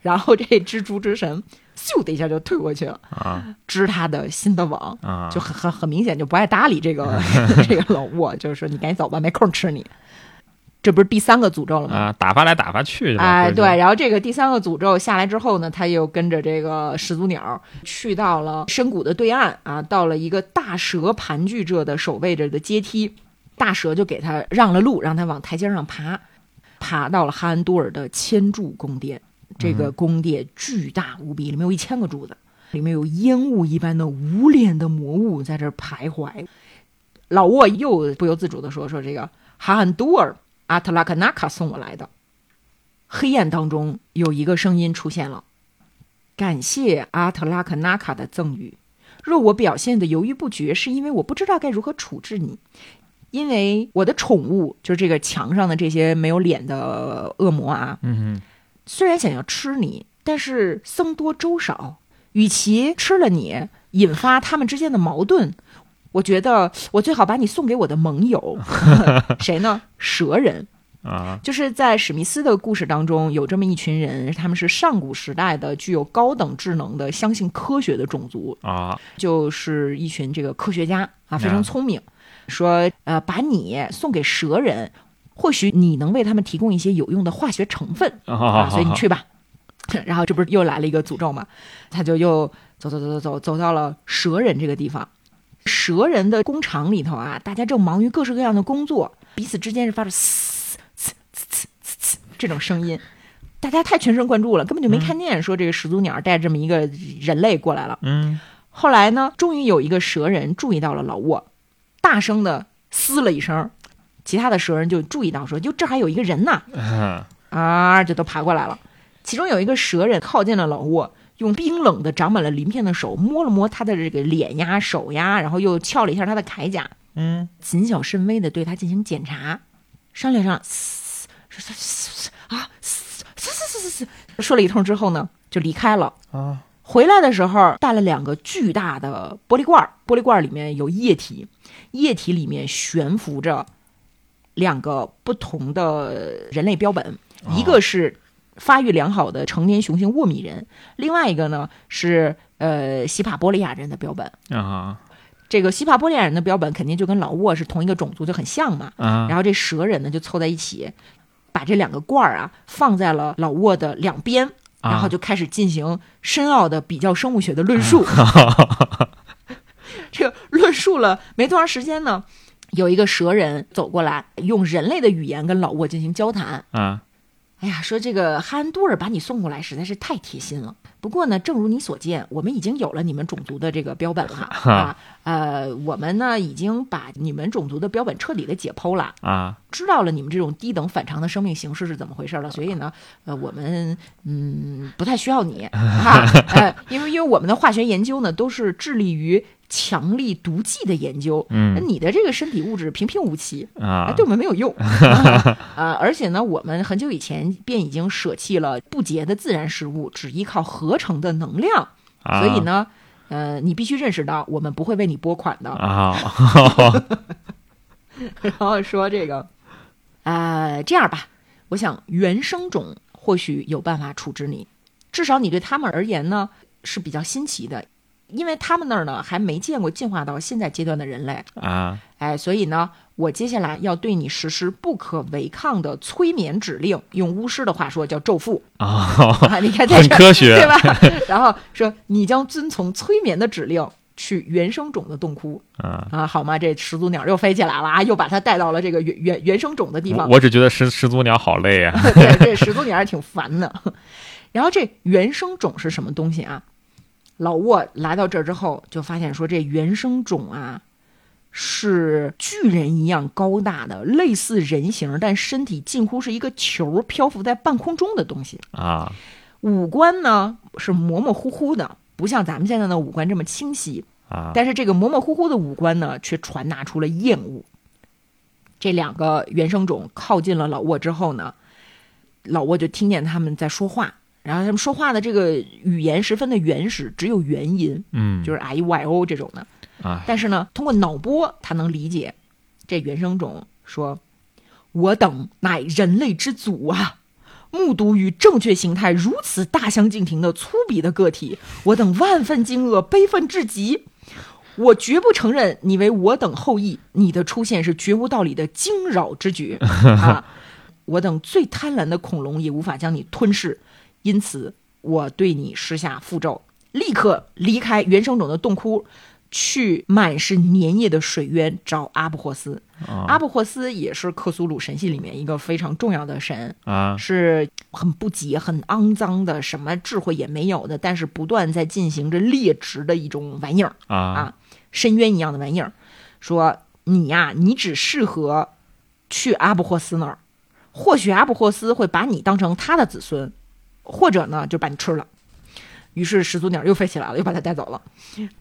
A: 然后这蜘蛛之神咻的一下就退过去了，
B: 啊
A: 织他的新的网。
B: 啊！
A: 就很很很明显就不爱搭理这 个这个老沃，就是说你赶紧走吧，没空吃你。这不是第三个诅咒了吗？
B: 啊，打发来打发去，
A: 哎，对，
B: 对吧，
A: 然后这个第三个诅咒下来之后呢，他又跟着这个始祖鸟去到了深谷的对岸啊，到了一个大蛇盘踞着的守卫着的阶梯，大蛇就给他让了路，让他往台阶上爬，爬到了哈恩多尔的千柱宫殿。这个宫殿巨大无比，里面有一千个柱子，里面有烟雾一般的无脸的魔物在这儿徘徊。老沃又不由自主地说：“说这个哈恩多尔阿特拉克纳卡送我来的。”黑暗当中有一个声音出现了：“感谢阿特拉克纳卡的赠予。若我表现的犹豫不决，是因为我不知道该如何处置你。因为我的宠物就是这个墙上的这些没有脸的恶魔啊，
B: 嗯哼
A: 虽然想要吃你，但是僧多粥少，与其吃了你，引发他们之间的矛盾，我觉得我最好把你送给我的盟友， 谁呢？蛇人。
B: 啊
A: 就是在史密斯的故事当中，有这么一群人，他们是上古时代的具有高等智能的、相信科学的种族，
B: 啊
A: 就是一群这个科学家啊，非常
B: 嗯
A: 聪明，说呃，把你送给蛇人，或许你能为他们提供一些有用的化学成分。
B: 啊！好
A: 啊，
B: 好
A: 所以你
B: 好
A: 去吧。 然后这不是又来了一个诅咒嘛？他就又走走走走走走到了蛇人这个地方。蛇人的工厂里头啊，大家正忙于各式各样的工作，彼此之间是发出嘶嘶这种声音，大家太全神贯注了，根本就
B: 嗯
A: 没看见说这个始祖鸟带这么一个人类过来了。
B: 嗯，
A: 后来呢，终于有一个蛇人注意到了老沃，大声的嘶了一声，其他的蛇人就注意到说，哟，这还有一个人呢，
B: 啊
A: 啊，就都爬过来了。其中有一个蛇人靠近了老沃，用冰冷的长满了鳞片的手摸了摸他的这个脸呀、手呀，然后又撬了一下他的铠甲，
B: 嗯，
A: 谨小慎微的对他进行检查，商量商量，嘶嘶嘶啊，嘶嘶嘶嘶嘶，说了一通之后呢，就离开了。
B: 啊，
A: 回来的时候带了两个巨大的玻璃罐儿，玻璃罐儿里面有液体，液体里面悬浮着两个不同的人类标本，
B: 哦
A: 一个是发育良好的成年雄性沃米人，另外一个呢是呃西帕波利亚人的标本。
B: 啊
A: 这个西帕波利亚人的标本肯定就跟老沃是同一个种族，就很像嘛。
B: 啊，
A: 然后这蛇人呢就凑在一起，把这两个罐儿啊放在了老沃的两边，然
B: 啊
A: 后就开始进行深奥的比较生物学的论述。这个论述了没多长时间呢，有一个蛇人走过来，用人类的语言跟老沃进行交谈。
B: 啊
A: 哎呀，说这个哈恩多尔把你送过来实在是太贴心了。不过呢，正如你所见，我们已经有了你们种族的这个标本了啊。呃，我们呢已经把你们种族的标本彻底的解剖了。
B: 啊
A: 知道了你们这种低等反常的生命形式是怎么回 事了，所以呢，呃，我们嗯不太需要 你哈，呃，因为因为我们的化学研究呢都是致力于强力毒剂的研究，
B: 嗯
A: 那你的这个身体物质平平无奇，哎，
B: 啊
A: 对我们没有 用啊、呃而且呢，我们很久以前便已经舍弃了不洁的自然食物，只依靠合成的能量，
B: 啊，
A: 所以呢，呃，你必须认识到我们不会为你拨款的，
B: 啊，
A: 然后说这个，呃，这样吧，我想原生种或许有办法处置你，至少你对他们而言呢是比较新奇的，因为他们那儿呢还没见过进化到现在阶段的人类，
B: 啊
A: 哎，所以呢，我接下来要对你实施不可违抗的催眠指令，用巫师的话说叫咒缚
B: 啊，
A: 啊，你看在
B: 很
A: 这儿
B: 科学
A: 对 吧？然后说你将遵从催眠的指令去原生种的洞窟，
B: 啊，
A: 啊，好吗？这始祖鸟又飞起来了啊，又把它带到了这个原原原生种的地
B: 我
A: 方。
B: 我只觉得始始祖鸟好累啊，
A: 对，这始祖鸟还挺烦的。然后这原生种是什么东西啊？老沃来到这儿之后，就发现说这原生种啊，是巨人一样高大的，类似人形，但身体近乎是一个球漂浮在半空中的东西。
B: 啊
A: 五官呢是模模糊糊的，不像咱们现在的五官这么清晰。
B: 啊
A: 但是这个模模糊糊的五官呢，却传达出了厌恶。这两个原生种靠近了老沃之后呢，老沃就听见他们在说话，然后他们说话的这个语言十分的原始，只有元音，
B: 嗯，
A: 就是 i e y o 这种的。
B: 啊
A: 但是呢，通过脑波，他能理解这原生种说：“我等乃人类之祖啊，目睹与正确形态如此大相径庭的粗鄙的个体，我等万分惊愕，悲愤至极。我绝不承认你为我等后裔，你的出现是绝无道理的惊扰之举啊！我等最贪婪的恐龙也无法将你吞噬，因此我对你施下符咒，立刻离开原生种的洞窟，去满是粘液的水渊找阿布霍斯。
B: 啊
A: 阿布霍斯也是克苏鲁神系里面一个非常重要的神，
B: 啊
A: 是很不洁、很肮脏的，什么智慧也没有的，但是不断在进行着裂殖的一种玩意儿，
B: 啊
A: 深渊一样的玩意儿。说你呀、你只适合去阿布霍斯那儿，或许阿布霍斯会把你当成他的子孙，或者呢就把你吃了。于是始祖鸟又飞起来了，又把它带走了。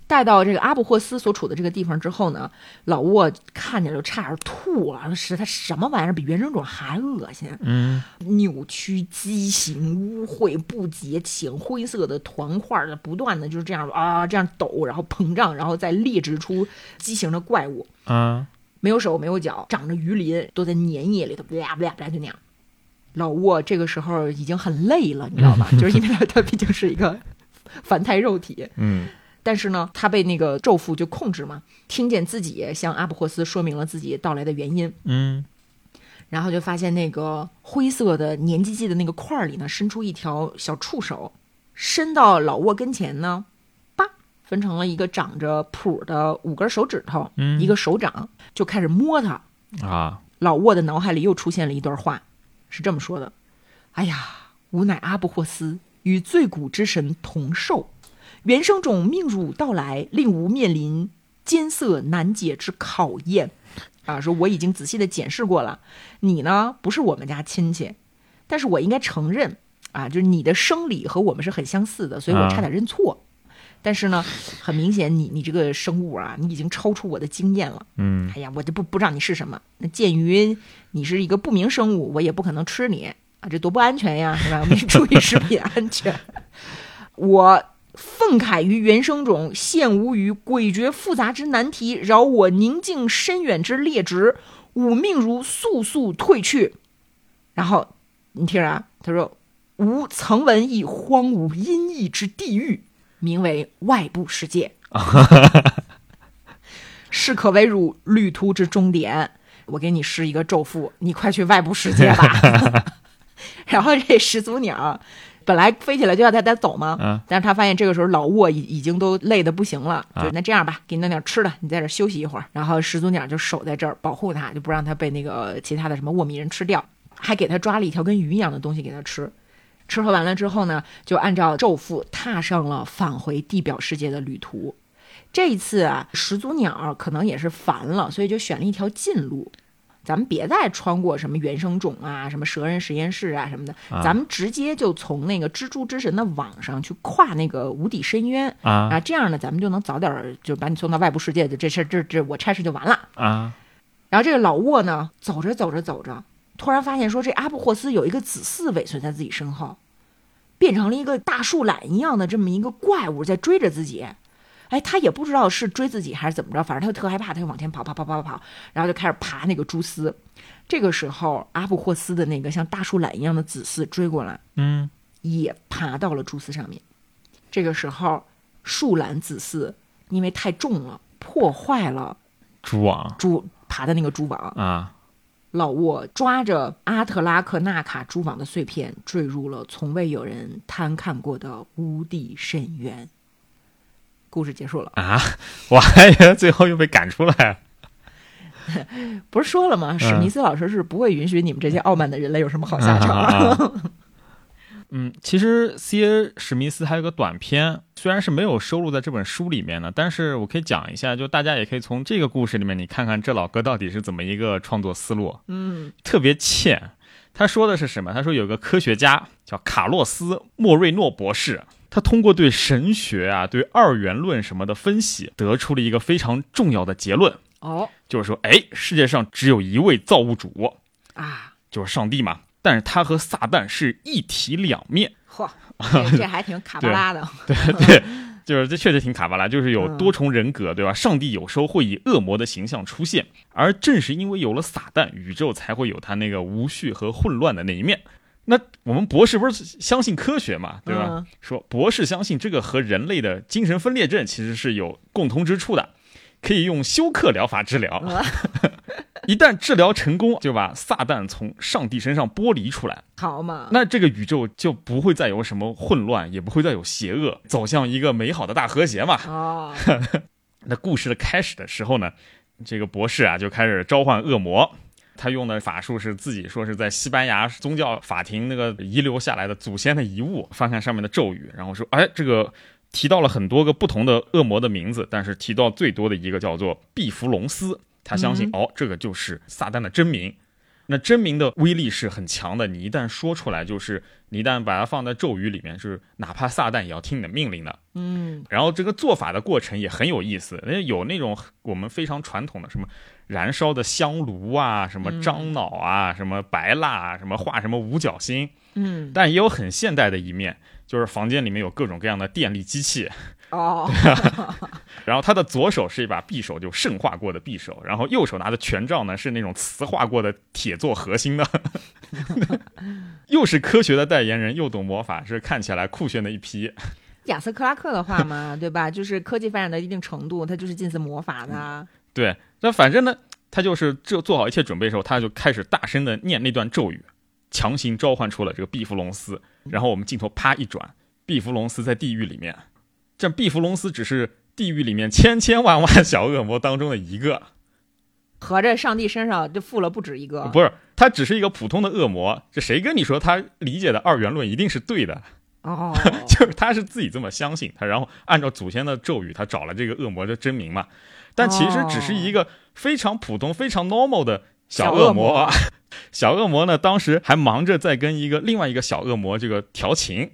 A: 带到这个阿布霍斯所处的这个地方之后呢，老沃看见就差点吐了，是他什么玩意儿比原生种还恶心？
B: 嗯
A: 扭曲、畸形、污秽、不洁、浅灰色的团块儿，不断的就是这样啊，这样抖，然后膨胀，然后再裂殖出畸形的怪物，
B: 啊
A: 没有手，没有脚，长着鱼鳞，都在粘液里头，啪啪啪就那样。老沃这个时候已经很累了，你知道吧？就是因为他他毕竟是一个凡胎肉体，
B: 嗯
A: 但是呢，他被那个咒缚就控制嘛，听见自己向阿布霍斯说明了自己到来的原因，
B: 嗯
A: 然后就发现那个灰色的黏唧唧的那个块儿里呢，伸出一条小触手，伸到老沃跟前呢，叭，分成了一个长着蹼的五根手指头，
B: 嗯
A: 一个手掌，就开始摸它。
B: 啊
A: 老沃的脑海里又出现了一段话，是这么说的：哎呀，吾乃阿不霍斯，与罪谷之神同寿，原生种命汝到来，令吾面临艰涩难解之考验。啊，说我已经仔细的检视过了，你呢不是我们家亲戚，但是我应该承认啊，就是你的生理和我们是很相似的，所以我差点认错。但是呢，很明显你你这个生物啊，你已经超出我的经验了。
B: 嗯，
A: 哎呀，我就不不知道你是什么。那鉴于你是一个不明生物，我也不可能吃你啊，这多不安全呀，是吧？我们注意食品安全。 我愤慨于原生种，陷吾于诡谲复杂之难题，饶我宁静深远之列职，吾命如速速退去。然后你听啊，他说：“吾曾闻一荒芜阴翳之地狱，名为外部世界。”是可为汝旅途之终点。我给你施一个咒缚，你快去外部世界吧。然后这始祖鸟本来飞起来就要带它走嘛，
B: 嗯
A: 但是他发现这个时候老沃已已经都累得不行了，
B: 啊
A: 就那这样吧，给你弄点吃的，你在这儿休息一会儿。然后始祖鸟就守在这儿保护它，就不让它被那个其他的什么沃米人吃掉，还给它抓了一条跟鱼一样的东西给它吃。吃喝完了之后呢，就按照咒缚踏上了返回地表世界的旅途。这一次啊，始祖鸟可能也是烦了，所以就选了一条近路。咱们别再穿过什么原生种啊、什么蛇人实验室啊什么的，
B: 啊
A: 咱们直接就从那个蜘蛛之神的网上去跨那个无底深渊
B: 啊
A: 啊，这样呢，咱们就能早点儿就把你送到外部世界，就这事儿这这我差事就完了。
B: 啊
A: 然后这个老沃呢，走着走着走着，突然发现说这阿布霍斯有一个子嗣尾随在自己身后，变成了一个大树懒一样的这么一个怪物在追着自己。哎，他也不知道是追自己还是怎么着，反正他就特害怕，他就往前跑，跑跑跑跑跑，然后就开始爬那个蛛丝。这个时候，阿布霍斯的那个像大树懒一样的子嗣追过来，
B: 嗯
A: 也爬到了蛛丝上面。这个时候，树懒子嗣因为太重了，破坏了
B: 蛛网
A: 蛛爬的那个蛛网，
B: 啊
A: 老沃抓着阿特拉克纳卡蛛网的碎片，坠入了从未有人贪看过的无底深渊。故事结束了，
B: 啊！我 还以为最后又被赶出来啊了
A: 不是说了
B: 嗯
A: 吗？史密斯老师是不会允许你们这些傲慢的人类有什么好下场。
B: 啊啊啊嗯，其实 C.A. 史密斯还有个短篇，虽然是没有收录在这本书里面的，但是我可以讲一下，就大家也可以从这个故事里面，你看看这老哥到底是怎么一个创作思路。
A: 嗯
B: 特别欠。他说的是什么？他说有个科学家叫卡洛斯·莫瑞诺博士，他通过对神学啊、对二元论什么的分析，得出了一个非常重要的结论，
A: 哦
B: 就是说，哎，世界上只有一位造物主，
A: 啊，
B: 就是上帝嘛。但是他和撒旦是一体两面，
A: 嚯，这这还挺卡巴拉的。
B: 对，就是这确实挺卡巴拉，就是有
A: 嗯
B: 多重人格，对吧？上帝有时候会以恶魔的形象出现，而正是因为有了撒旦，宇宙才会有它那个无序和混乱的那一面。那我们博士不是相信科学嘛， 对吧？
A: 嗯
B: 说博士相信这个和人类的精神分裂症其实是有共同之处的，可以用休克疗法治疗。 一旦治疗成功，就把撒旦从上帝身上剥离出来。
A: 好嘛，
B: 那这个宇宙就不会再有什么混乱，也不会再有邪恶，走向一个美好的大和谐嘛。
A: 哦，
B: 那故事的开始的时候呢，这个博士啊就开始召唤恶魔。他用的法术是自己说是在西班牙宗教法庭那个遗留下来的祖先的遗物，翻看上面的咒语，然后说，哎，这个提到了很多个不同的恶魔的名字，但是提到最多的一个叫做毕弗龙斯，他相信、哦，这个就是撒旦的真名。那真名的威力是很强的，你一旦说出来，就是你一旦把它放在咒语里面，是哪怕撒旦也要听你的命令的。
A: 嗯
B: 然后这个做法的过程也很有意思，那有那种我们非常传统的什么燃烧的香炉啊，什么樟脑啊，什么白蜡啊，什么画什么五角星，
A: 嗯，
B: 但也有很现代的一面，就是房间里面有各种各样的电力机器，
A: 哦，
B: 然后他的左手是一把匕首，就圣化过的匕首，然后右手拿的权杖呢是那种磁化过的铁做核心的， 又是科学的代言人，又懂魔法，是看起来酷炫的一批。
A: 亚瑟克拉克的话嘛，对吧？就是科技发展到一定程度，它就是近似魔法
B: 嗯
A: 的。
B: 对，那反正呢，他就是这做好一切准备的时候，他就开始大声的念那段咒语，强行召唤出了这个毕弗龙斯。然后我们镜头啪一转，毕弗龙斯在地狱里面，这毕弗龙斯只是地狱里面千千万万小恶魔当中的一个。
C: 合着上帝身上就附了不止一个。
B: 不是，他只是一个普通的恶魔。这谁跟你说他理解的二元论一定是对的？
C: 哦，
B: 就是他是自己这么相信他，然后按照祖先的咒语，他找了这个恶魔的真名嘛。但其实只是一个非常普通、非常 normal 的哦小恶魔啊。小恶魔呢，当时还忙着在跟一个另外一个小恶魔这个调情。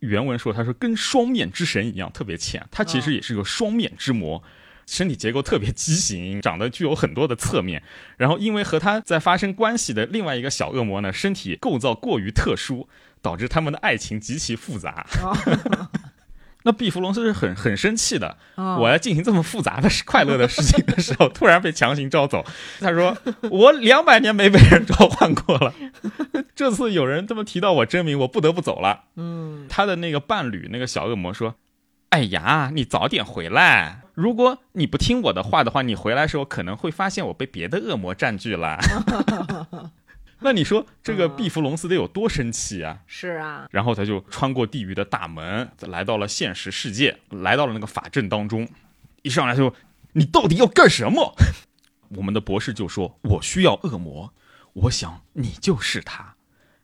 B: 原文说，他说跟双面之神一样特别欠，他其实也是个双面之魔。身体结构特别畸形，长得具有很多的侧面。然后因为和他在发生关系的另外一个小恶魔呢，身体构造过于特殊，导致他们的爱情极其复杂。
C: 哦
B: 那毕福龙是很很生气的，
C: 哦
B: 我要进行这么复杂的事快乐的事情的时候，突然被强行招走。 他说：“我两百年没被人召唤过了， 这次有人这么提到我真名，我不得不走了。”
C: 嗯，
B: 他的那个伴侣那个小恶魔说：“哎呀，你早点回来！如果你不听我的话的话，你回来的时候可能会发现我被别的恶魔占据了。” 那你说这
C: 哦
B: 个毕福龙斯得有多生气啊？
C: 是啊，
B: 然后他就穿过地狱的大门，来到了现实世界，来到了那个法阵当中。一上来就，你到底要干什么？ 我们的博士就说：“我需要恶魔，我想你就是他。”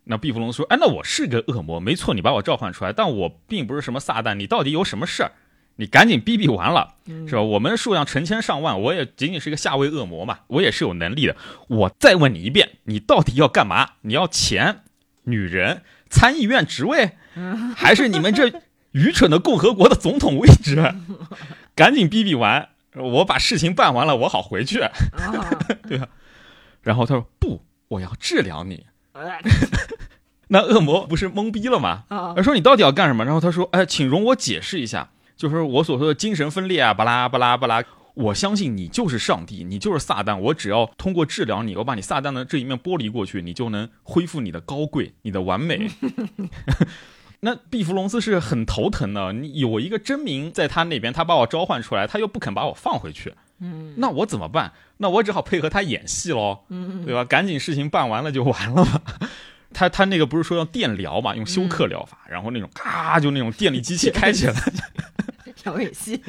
B: 那毕福龙说：“哎，那我是个恶魔，没错，你把我召唤出来，但我并不是什么撒旦，你到底有什么事儿？你赶紧逼逼完了，是吧？我们数量成千上万，我也仅仅是一个下位恶魔嘛，我也是有能力的。我再问你一遍，你到底要干嘛？你要钱、女人、参议院职位，还是你们这愚蠢的共和国的总统位置？ 赶紧逼逼完，我把事情办完了，我好回去。”
C: 啊，
B: 然后他说：“不，我要治疗你。”
C: 哎
B: 那恶魔不是懵逼了吗？
C: 啊
B: 而说你到底要干什么？然后他说：“哎，请容我解释一下，就是我所说的精神分裂啊，巴拉巴拉巴拉。我相信你就是上帝，你就是撒旦。我只要通过治疗你，我把你撒旦的这一面剥离过去，你就能恢复你的高贵，你的完美。” 那毕弗龙斯是很头疼的，你有一个真名在他那边，他把我召唤出来，他又不肯把我放回去，嗯，那我怎么办？那我只好配合他演戏喽，嗯，对吧？赶紧事情办完了就完了嘛。他他那个不是说要电疗嘛，用休克疗法，然后那种咔就那种嗯电力机器开起来，
C: 杨伟信，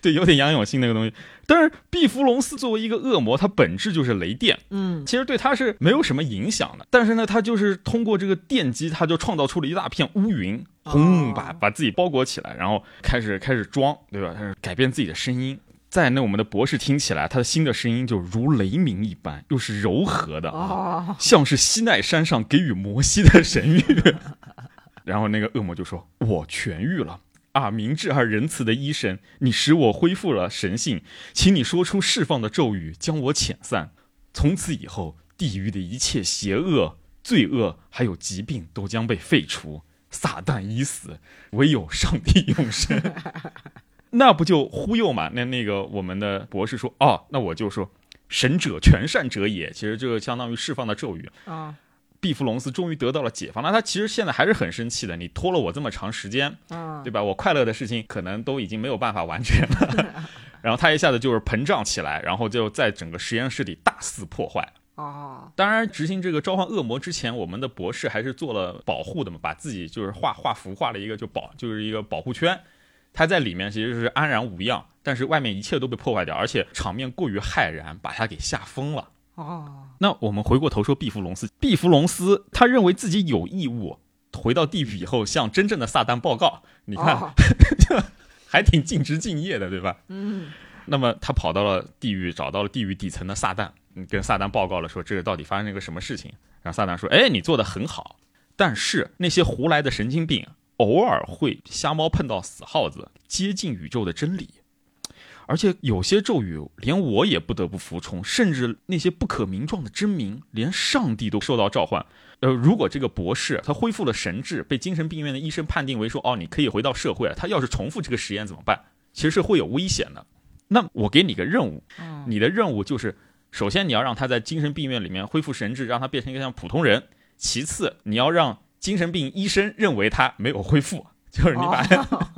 B: 对，有点杨永信那个东西。但是毕福龙斯作为一个恶魔，它本质就是雷电，
C: 嗯，
B: 其实对他是没有什么影响的。但是呢，他就是通过这个电击，他就创造出了一大片乌云，轰，把把自己包裹起来，然后开始开始装，对吧？开始改变自己的声音。在那我们的博士听起来，他的新的声音就如雷鸣一般，又是柔和的啊，
C: 哦，
B: 像是西奈山上给予摩西的神谕。 然后那个恶魔就说：“我痊愈了啊，明智而仁慈的医生，你使我恢复了神性，请你说出释放的咒语，将我遣散。从此以后，地狱的一切邪恶、罪恶还有疾病都将被废除，撒旦已死，唯有上帝永生。” 那不就忽悠嘛？那那个我们的博士说：“哦，那我就说神者全善者也。”其实这个相当于释放的咒语。
C: 啊，
B: 毕福龙斯终于得到了解放，那他其实现在还是很生气的。你拖了我这么长时间，
C: 啊
A: 嗯
B: 对，吧？我快乐的事情可能都已经没有办法完成了。 然后他一下子就是膨胀起来，然后就在整个实验室里大肆破坏。
C: 哦，
B: 当然，执行这个召唤恶魔之前，我们的博士还是做了保护的嘛，把自己就是画画符画了一个就保就是一个保护圈，他在里面其实是安然无恙，但是外面一切都被破坏掉，而且场面过于骇然，把他给吓疯了。
C: 哦，
B: 那我们回过头说毕福龙斯，毕福龙斯他认为自己有义务回到地狱以后向真正的撒旦报告，你
C: 你
A: 哦
B: 看、还挺尽职敬业的，对吧？
C: 嗯，
B: 那么他跑到了地狱，找到了地狱底层的撒旦，嗯跟撒旦报告了说这到底发生了个什么事情。然后撒旦说：“哎，你做的很好，但是那些胡来的神经病偶尔会瞎猫碰到死耗子，接近宇宙的真理。而且有些咒语连我也不得不服从，甚至那些不可名状的真名，连上帝都受到召唤。呃，如果这个博士他恢复了神智，被精神病院的医生判定为说哦，你可以回到社会了。他要是重复这个实验怎么办？其实是会有危险的。那我给你个任务，你的任务就是，首先你要让他在精神病院里面恢复神智，让他变成一个像普通人；其次，你要让精神病医生认为他没有恢复，就是你把、
C: 哦
A: 哦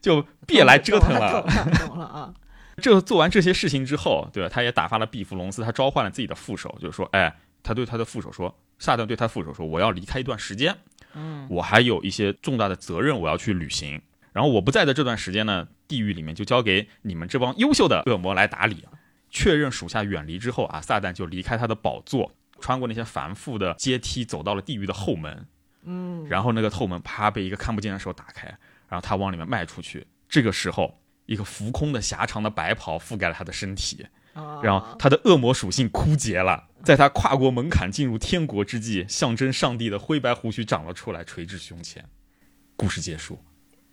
B: 就别来折腾了。
C: 懂了，懂了啊，
B: 这做完这些事情之后，对吧？他也打发了毕福龙斯，他召唤了自己的副手，就是说，哎，他对他的副手说，撒旦对他副手说，我要离开一段时间，嗯，我还有一些重大的责任我要去履行，然后我不在的这段时间呢，地狱里面就交给你们这帮优秀的恶魔来打理。确认属下远离之后啊，撒旦就离开他的宝座，穿过那些繁复的阶梯，走到了地狱的后门。
A: 嗯，
B: 然后那个后门啪被一个看不见的手打开，然后他往里面迈出去。这个时候，一个浮空的狭长的白袍覆盖了他的身体，
C: 哦
A: 啊
B: 然后他的恶魔属性枯竭了。在他跨过门槛进入天国之际，象征上帝的灰白胡须长了出来，垂至胸前。故事结束。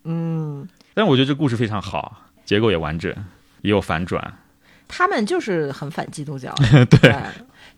A: 嗯，
B: 但是我觉得这故事非常好，结构也完整，也有反转。
A: 他们就是很反基 督教，对。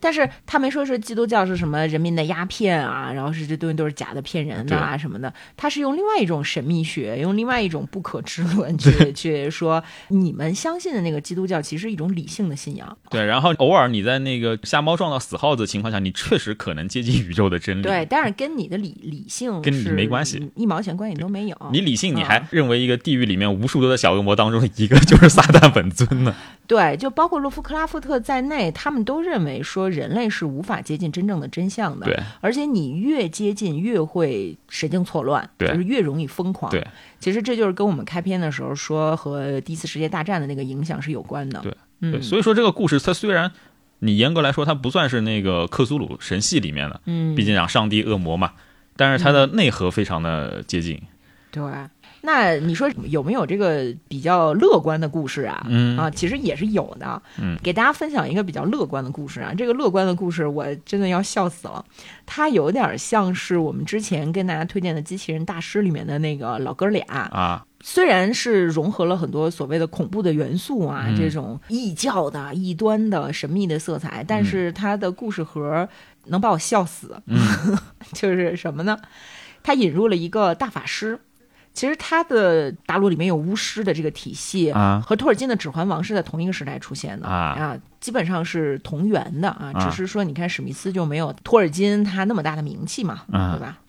A: 但是他没说是基督教是什么人民的鸦片啊，然后是这东西都是假的骗人的啊什么的，他是用另外一种神秘学，用另外一种不可知论 去去说你们相信的那个基督教其实是一种理性的信仰，
B: 对，然后偶尔你在那个瞎猫撞到死耗子的情况下，你确实可能接近宇宙的真理。
A: 对，但是跟你的理理性
B: 嗯跟你
A: 是
B: 没关系，
A: 一毛钱关系都没有。
B: 你理性，你还
A: 嗯
B: 认为一个地狱里面无数多的小恶魔当中的一个就是撒旦本尊呢？
A: 对，就包括洛夫克拉夫特在内，他们都认为说人类是无法接近真正的真相的。
B: 对，
A: 而且你越接近越会神经错乱，
B: 对
A: 就是越容易疯狂。
B: 对，
A: 其实这就是跟我们开篇的时候说和第一次世界大战的那个影响是有关的。
B: 对，对，
A: 嗯，
B: 所以说这个故事它虽然你严格来说它不算是那个克苏鲁神系里面的，
A: 嗯，
B: 毕竟讲上帝恶魔嘛，但是它的内核非常的接近。
A: 对。那你说有没有这个比较乐观的故事啊？
B: 嗯
A: 啊，其实也是有的。
B: 嗯，
A: 给大家分享一个比较乐观的故事啊。这个乐观的故事我真的要笑死了，它有点像是我们之前跟大家推荐的《机器人大师》里面的那个老哥俩。
B: 啊，
A: 虽然是融合了很多所谓的恐怖的元素啊，
B: 嗯
A: 这种异教的、异端的、神秘的色彩，
B: 嗯
A: 但是它的故事盒能把我笑死。 就是什么呢？它引入了一个大法师。其实它的大陆里面有巫师的这个体系
B: 啊
A: 和托尔金的《指环王》是在同一个时代出现的
B: 啊
A: 基本上是同源的啊，
B: 啊
A: 只是说你看史密斯就没有托尔金他那么大的名气嘛，
B: 啊
A: 对吧？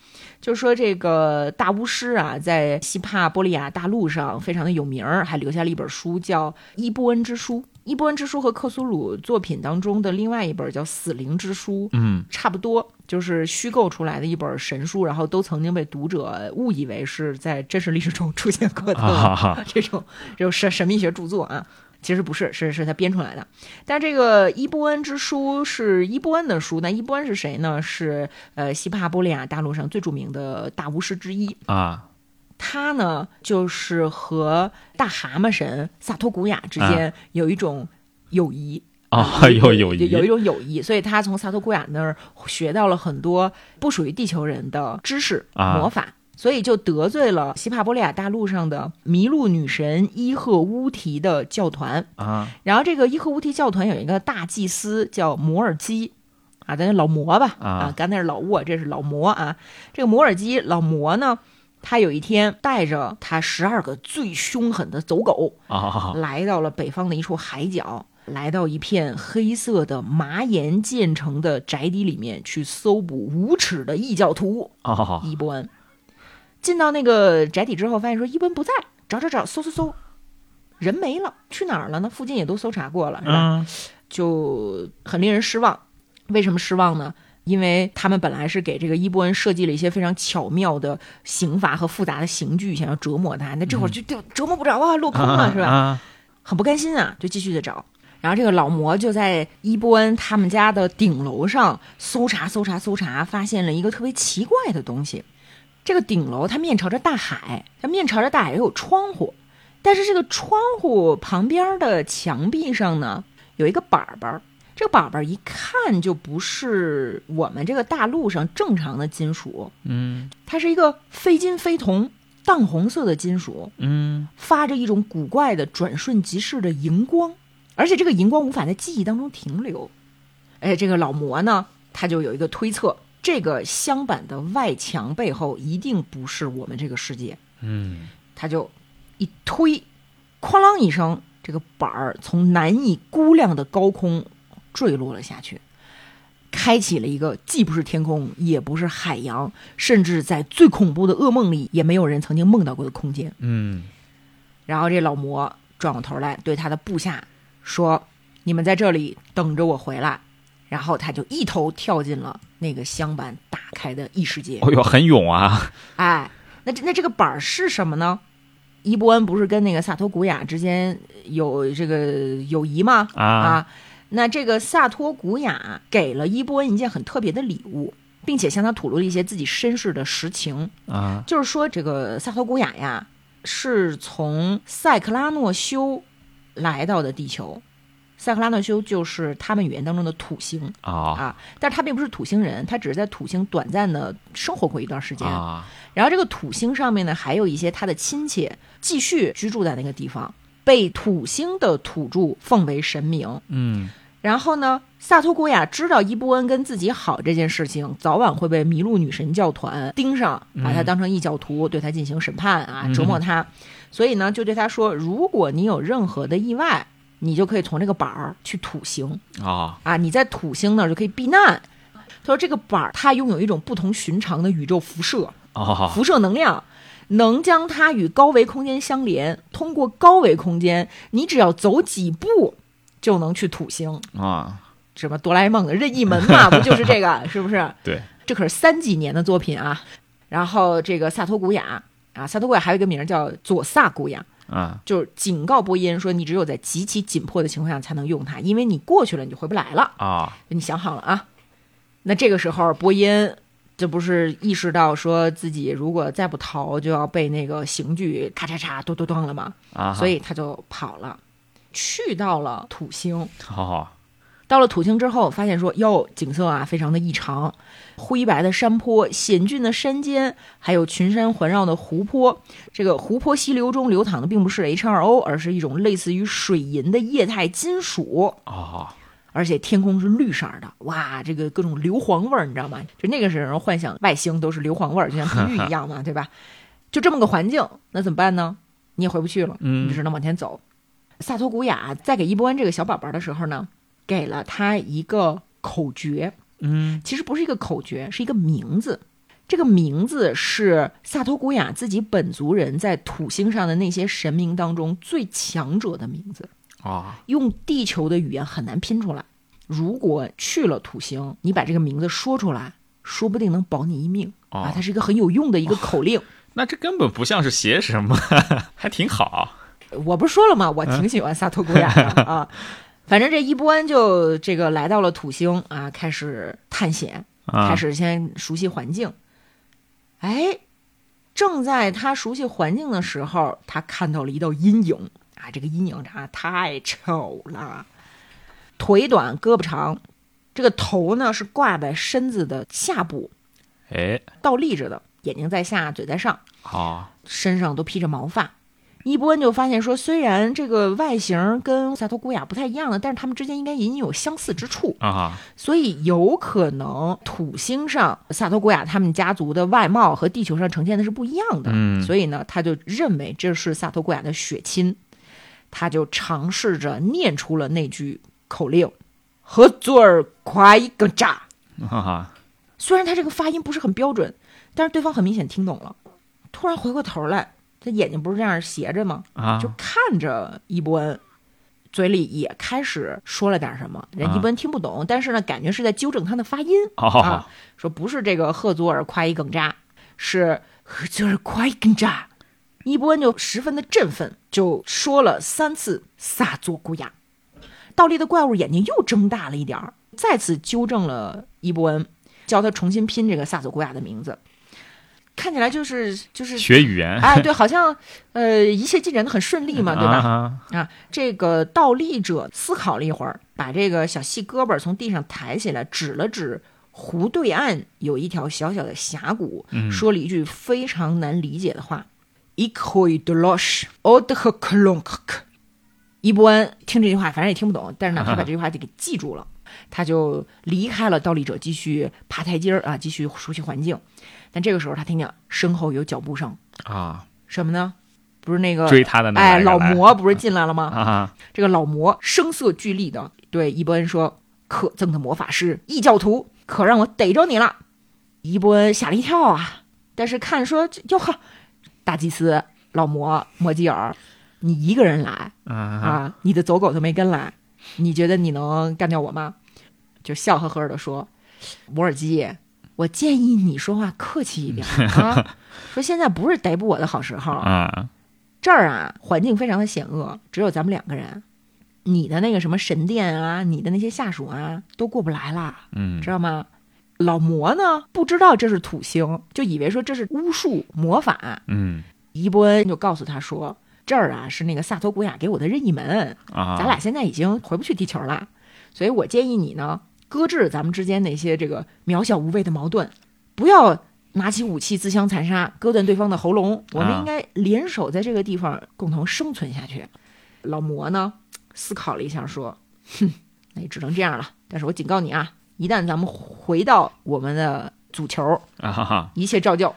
A: 就说这个大巫师啊，在西帕波利亚大陆上非常的有名儿，还留下了一本书叫《伊波恩之书》。《伊波恩之书》和克苏鲁作品当中的另外一本叫《死灵之书》，
B: 嗯，
A: 差不多就是虚构出来的一本神书，然后都曾经被读者误以为是在真实历史中出现过的、
B: 啊哈哈
A: 这种 这种神神秘学著作啊。其实不是，是是他编出来的。但这个伊波恩之书是伊波恩的书，那伊波恩是谁呢？是呃西帕波利亚大陆上最著名的大巫师之一。
B: 啊，
A: 他呢，就是和大蛤蟆神萨托古雅之间有一种友谊
B: 啊，有
A: 嗯有
B: 友谊，
A: 有一种友谊，所以他从萨托古雅那儿学到了很多不属于地球人的知识、
B: 啊
A: 魔法。所以就得罪了西帕波利亚大陆上的麋鹿女神伊赫乌提的教团，
B: 啊
A: 然后这个伊赫乌提教团有一个大祭司叫摩尔基，啊，咱就老摩吧，
B: 啊
A: 啊，刚才是老沃，这是老摩啊。这个摩尔基老摩呢，他有一天带着他十二个最凶狠的走狗，
B: 啊
A: 来到了北方的一处海角，来到一片黑色的麻岩建成的宅邸里面去搜捕无耻的异教徒
B: 啊
A: 伊波恩。进到那个宅邸之后，发现说伊波恩不在，找找找，搜搜搜，人没了，去哪儿了呢？附近也都搜查过了，是吧？
B: 嗯
A: 就很令人失望。为什么失望呢？因为他们本来是给这个伊波恩设计了一些非常巧妙的刑罚和复杂的刑具，想要折磨他。那这
B: 嗯
A: 会儿就就折磨不着啊，落空 了、是吧？
B: 啊
A: 很不甘心啊，就继续的找。然后这个老魔就在伊波恩他们家的顶楼上搜查、搜查、搜查，发现了一个特别奇怪的东西。这个顶楼它面朝着大海，它面朝着大海有窗户，但是这个窗户旁边的墙壁上呢有一个板儿板儿，这个板儿板儿一看就不是我们这个大陆上正常的金属，
B: 嗯
A: 它是一个非金非铜、淡红色的金属。
B: 嗯
A: 发着一种古怪的转瞬即逝的荧光，而且这个荧光无法在记忆当中停留。哎，这个老魔呢，他就有一个推测，这个镶板的外墙背后一定不是我们这个世界。
B: 嗯
A: 他就一推，哐啷一声，这个板儿从难以估量的高空坠落了下去，开启了一个既不是天空，也不是海洋，甚至在最恐怖的噩梦里也没有人曾经梦到过的空间。
B: 嗯
A: 然后这老魔转过头来对他的部下说：“你们在这里等着我回来。”然后他就一头跳进了那个镶板打
B: 哦
A: 开的异世界。
B: 哦哟，很勇啊
A: 哎，那这那这个板儿是什么呢？伊波恩不是跟那个萨托古雅之间有这个友谊吗？
B: 啊
A: 那这个萨托古雅给了伊波恩一件很特别的礼物，并且向他吐露了一些自己身世的实情。
B: 啊
A: 就是说，这个萨托古雅呀，是从塞克拉诺修来到的地球。塞克拉诺修就是他们语言当中的土星
B: 啊
A: 啊，但是他并不是土星人，他只是在土星短暂的生活过一段时间。
B: 啊
A: 然后这个土星上面呢，还有一些他的亲戚继续居住在那个地方，被土星的土著奉为神明。
B: 嗯
A: 然后呢，萨托古雅知道伊布恩跟自己好这件事情，早晚会被麋鹿女神教团盯上，把他当成异教徒，对他进行审判啊，折磨他。所以呢，就对他说：“如果你有任何的意外，你就可以从这个板儿去土星。”
B: 啊
A: 啊，你在土星那儿就可以避难。他说这个板儿它拥有一种不同寻常的宇宙辐射，
B: 啊
A: 辐射能量能将它与高维空间相连。通过高维空间，你只要走几步就能去土星。
B: 啊！
A: 什么哆啦 A 梦的任意门嘛， 不就是这个？是不是？
B: 对，
A: 这可是三几年的作品啊。然后这个萨托古雅啊，萨托古雅还有一个名儿叫佐萨古雅，
B: 啊
A: 就是警告波伊恩说，你只有在极其紧迫的情况下才能用它，因为你过去了你就回不来了。
B: 啊
A: 你想好了啊。那这个时候，波音这不是意识到说自己如果再不逃，就要被那个刑具咔嚓嚓咚咚咚了嘛，
B: 啊！
A: 所以他就跑了，去到了土星。
B: 好好
A: 到了土星之后，发现说哟，景色啊非常的异常，灰白的山坡、险峻的山间，还有群山环绕的湖泊。这个湖泊溪流中流淌的并不是 H2O，而是一种类似于水银的液态金属。
B: 啊
A: 而且天空是绿色儿的，哇，这个各种硫磺味儿，你知道吗？就那个时候幻想外星都是硫磺味儿，就像地狱一样嘛，对吧？就这么个环境，那怎么办呢？你也回不去了，
B: 嗯
A: 你就只能往前走。萨托古雅在给伊波恩这个小宝宝的时候呢，给了他一个口诀，
B: 嗯
A: 其实不是一个口诀，是一个名字。这个名字是萨托古雅自己本族人在土星上的那些神明当中最强者的名字。
B: 啊
A: 用地球的语言很难拼出来。如果去了土星，你把这个名字说出来，说不定能保你一命
B: 哦
A: 啊！它是一个很有用的一个口令。
B: 那这根本不像是邪神嘛，还挺好
A: 我不是说了吗？我挺喜欢萨托古雅的啊。反正这伊波恩就这个来到了土星啊，开始探险，
B: 啊
A: 开始先熟悉环境。哎，正在他熟悉环境的时候，他看到了一道阴影啊！这个阴影啊，太丑了，腿短胳膊长，这个头呢是挂在身子的下部，
B: 哎
A: 倒立着的，眼睛在下，嘴在上。
B: 啊
A: 身上都披着毛发。伊波恩就发现说，虽然这个外形跟萨托古雅不太一样了，但是他们之间应该隐隐有相似之处，
B: 啊
A: 所以有可能土星上萨托古雅他们家族的外貌和地球上呈现的是不一样的。
B: 嗯
A: 所以呢，他就认为这是萨托古雅的血亲，他就尝试着念出了那句口令：“和嘴儿快一个炸。”
B: 啊
A: 虽然他这个发音不是很标准，但是对方很明显听懂了。突然回过头来，他眼睛不是这样斜着吗？
B: 啊
A: 就看着伊波恩，嘴里也开始说了点什么。人
B: 啊
A: 伊波恩听不懂，但是呢，感觉是在纠正他的发音
B: 哦
A: 啊，说不是这个赫佐尔夸伊梗扎，是赫佐尔夸伊梗扎。伊波恩就十分的振奋，就说了三次萨佐古雅。倒立的怪物眼睛又睁大了一点儿，再次纠正了伊波恩，教他重新拼这个萨佐古雅的名字。看起来就是就是
B: 学语言
A: 哎，对，好像呃一切进展的很顺利嘛，对吧？
B: 啊
A: 啊，这个倒立者思考了一会儿，把这个小细胳膊从地上抬起来，指了指湖对岸有一条小小的峡谷，
B: 嗯
A: 说了一句非常难理解的话 i k o i d l o s h o d h k l o n k 伊波恩听这句话，反正也听不懂，但是呢，他把这句话就给记住 了，他就离开了倒立者，继续爬台阶儿啊，继续熟悉环境。但这个时候，他听见身后有脚步声，
B: 啊
A: 什么呢？不是那个
B: 追他的那
A: 哎，
B: 两
A: 老
B: 个来
A: 魔不是进来了吗？
B: 啊
A: 这个老魔声色俱厉的对伊伯恩说：“可憎的魔法师，异教徒，可让我逮着你了！”伊伯恩吓了一跳啊，但是看说这哟呵，大祭司老魔摩基尔，你一个人来
B: 啊
A: 啊，你的走狗都没跟来，你觉得你能干掉我吗？就笑呵呵的说：“摩尔基，我建议你说话客气一点啊，说现在不是逮捕我的好时候，
B: 啊
A: 这儿啊，环境非常的险恶，只有咱们两个人。你的那个什么神殿啊，你的那些下属啊，都过不来啦，
B: 嗯
A: 知道吗？老魔呢，不知道这是土星，就以为说这是巫术魔法。
B: 嗯
A: 伊波恩就告诉他说：“这儿啊，是那个萨托古雅给我的任意门，
B: 啊，
A: 咱俩现在已经回不去地球了，所以我建议你呢，搁置咱们之间的一些这个渺小无谓的矛盾，不要拿起武器自相残杀，割断对方的喉咙。我们
B: 啊
A: 应该联手在这个地方共同生存下去。老魔呢，思考了一下，说：“哼，那也只能这样了。但是我警告你啊，一旦咱们回到我们的足球，
B: 啊哈哈，
A: 一切照旧。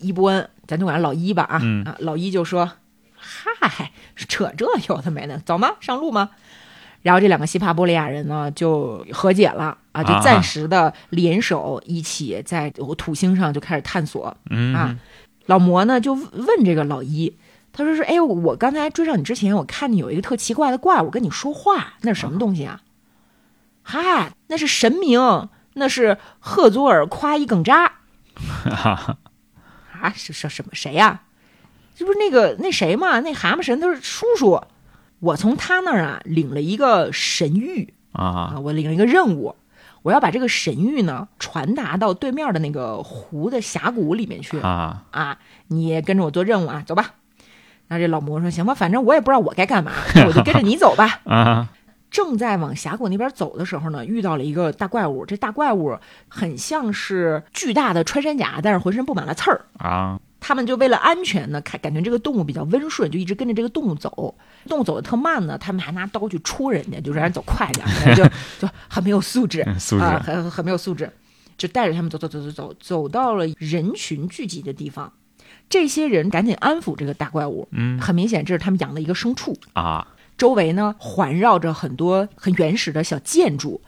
A: 伊波恩，咱就管他老伊吧啊、
B: 嗯
A: 啊！老伊就说：“嗨，扯这有的没的，走吗？上路吗？”然后这两个西帕波利亚人呢就和解了啊，就
B: 啊
A: 暂时的联手一起在土星上就开始探索。
B: 嗯
A: 啊老魔呢就问这个老一，他说是：“哎，我刚才追上你之前，我看你有一个特奇怪的怪物跟你说话，那是什么东西啊？”嗨，那是神明，那是赫佐尔夸伊耿扎。
B: 哈哈，
A: 啊，什什什么谁呀、这不是那个那谁嘛？那蛤蟆神他是叔叔，我从他那儿啊领了一个神谕
B: 啊
A: 啊，我领了一个任务，我要把这个神谕呢传达到对面的那个湖的峡谷里面去
B: 啊
A: 啊，你也跟着我做任务啊，走吧。那这老魔说行吧，反正我也不知道我该干嘛，我就跟着你走吧。
B: 啊
A: 正在往峡谷那边走的时候呢，遇到了一个大怪物。这大怪物很像是巨大的穿山甲，但是浑身布满了刺儿。
B: 啊
A: 他们就为了安全呢，看感觉这个动物比较温顺，就一直跟着这个动物走。动物走的特慢呢，他们还拿刀去戳人家，就让人走快点 儿，就就很没有素质
B: 嗯素质
A: 啊，很很没有素质。就带着他们走走走走走，走到了人群聚集的地方。这些人赶紧安抚这个大怪物，
B: 嗯
A: 很明显这是他们养的一个牲畜。
B: 啊
A: 周围呢环绕着很多很原始的小建筑。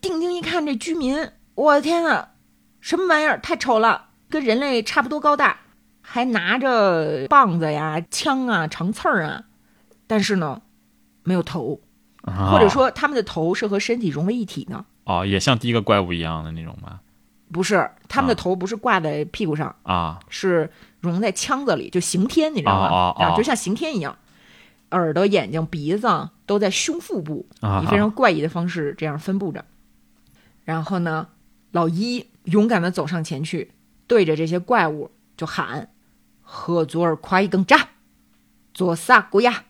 A: 定睛一看，这居民，我的天呐，什么玩意儿？太丑了，跟人类差不多高大，还拿着棒子呀、枪啊、长刺儿啊，但是呢，没有头，
B: 啊，
A: 或者说他们的头是和身体融为一体呢？
B: 哦，也像第一个怪物一样的那种吧？
A: 不是，他们的
B: 啊
A: 头不是挂在屁股上，
B: 啊
A: 是融在腔子里，就刑天，你知道吗？
B: 哦哦哦
A: 啊，就像刑天一样，耳朵、眼睛、鼻子啊都在胸腹部，
B: 啊
A: 以非常怪异的方式这样分布着。然后呢，老一勇敢地走上前去，对着这些怪物就喊：“赫佐尔夸伊更扎，佐萨古亚，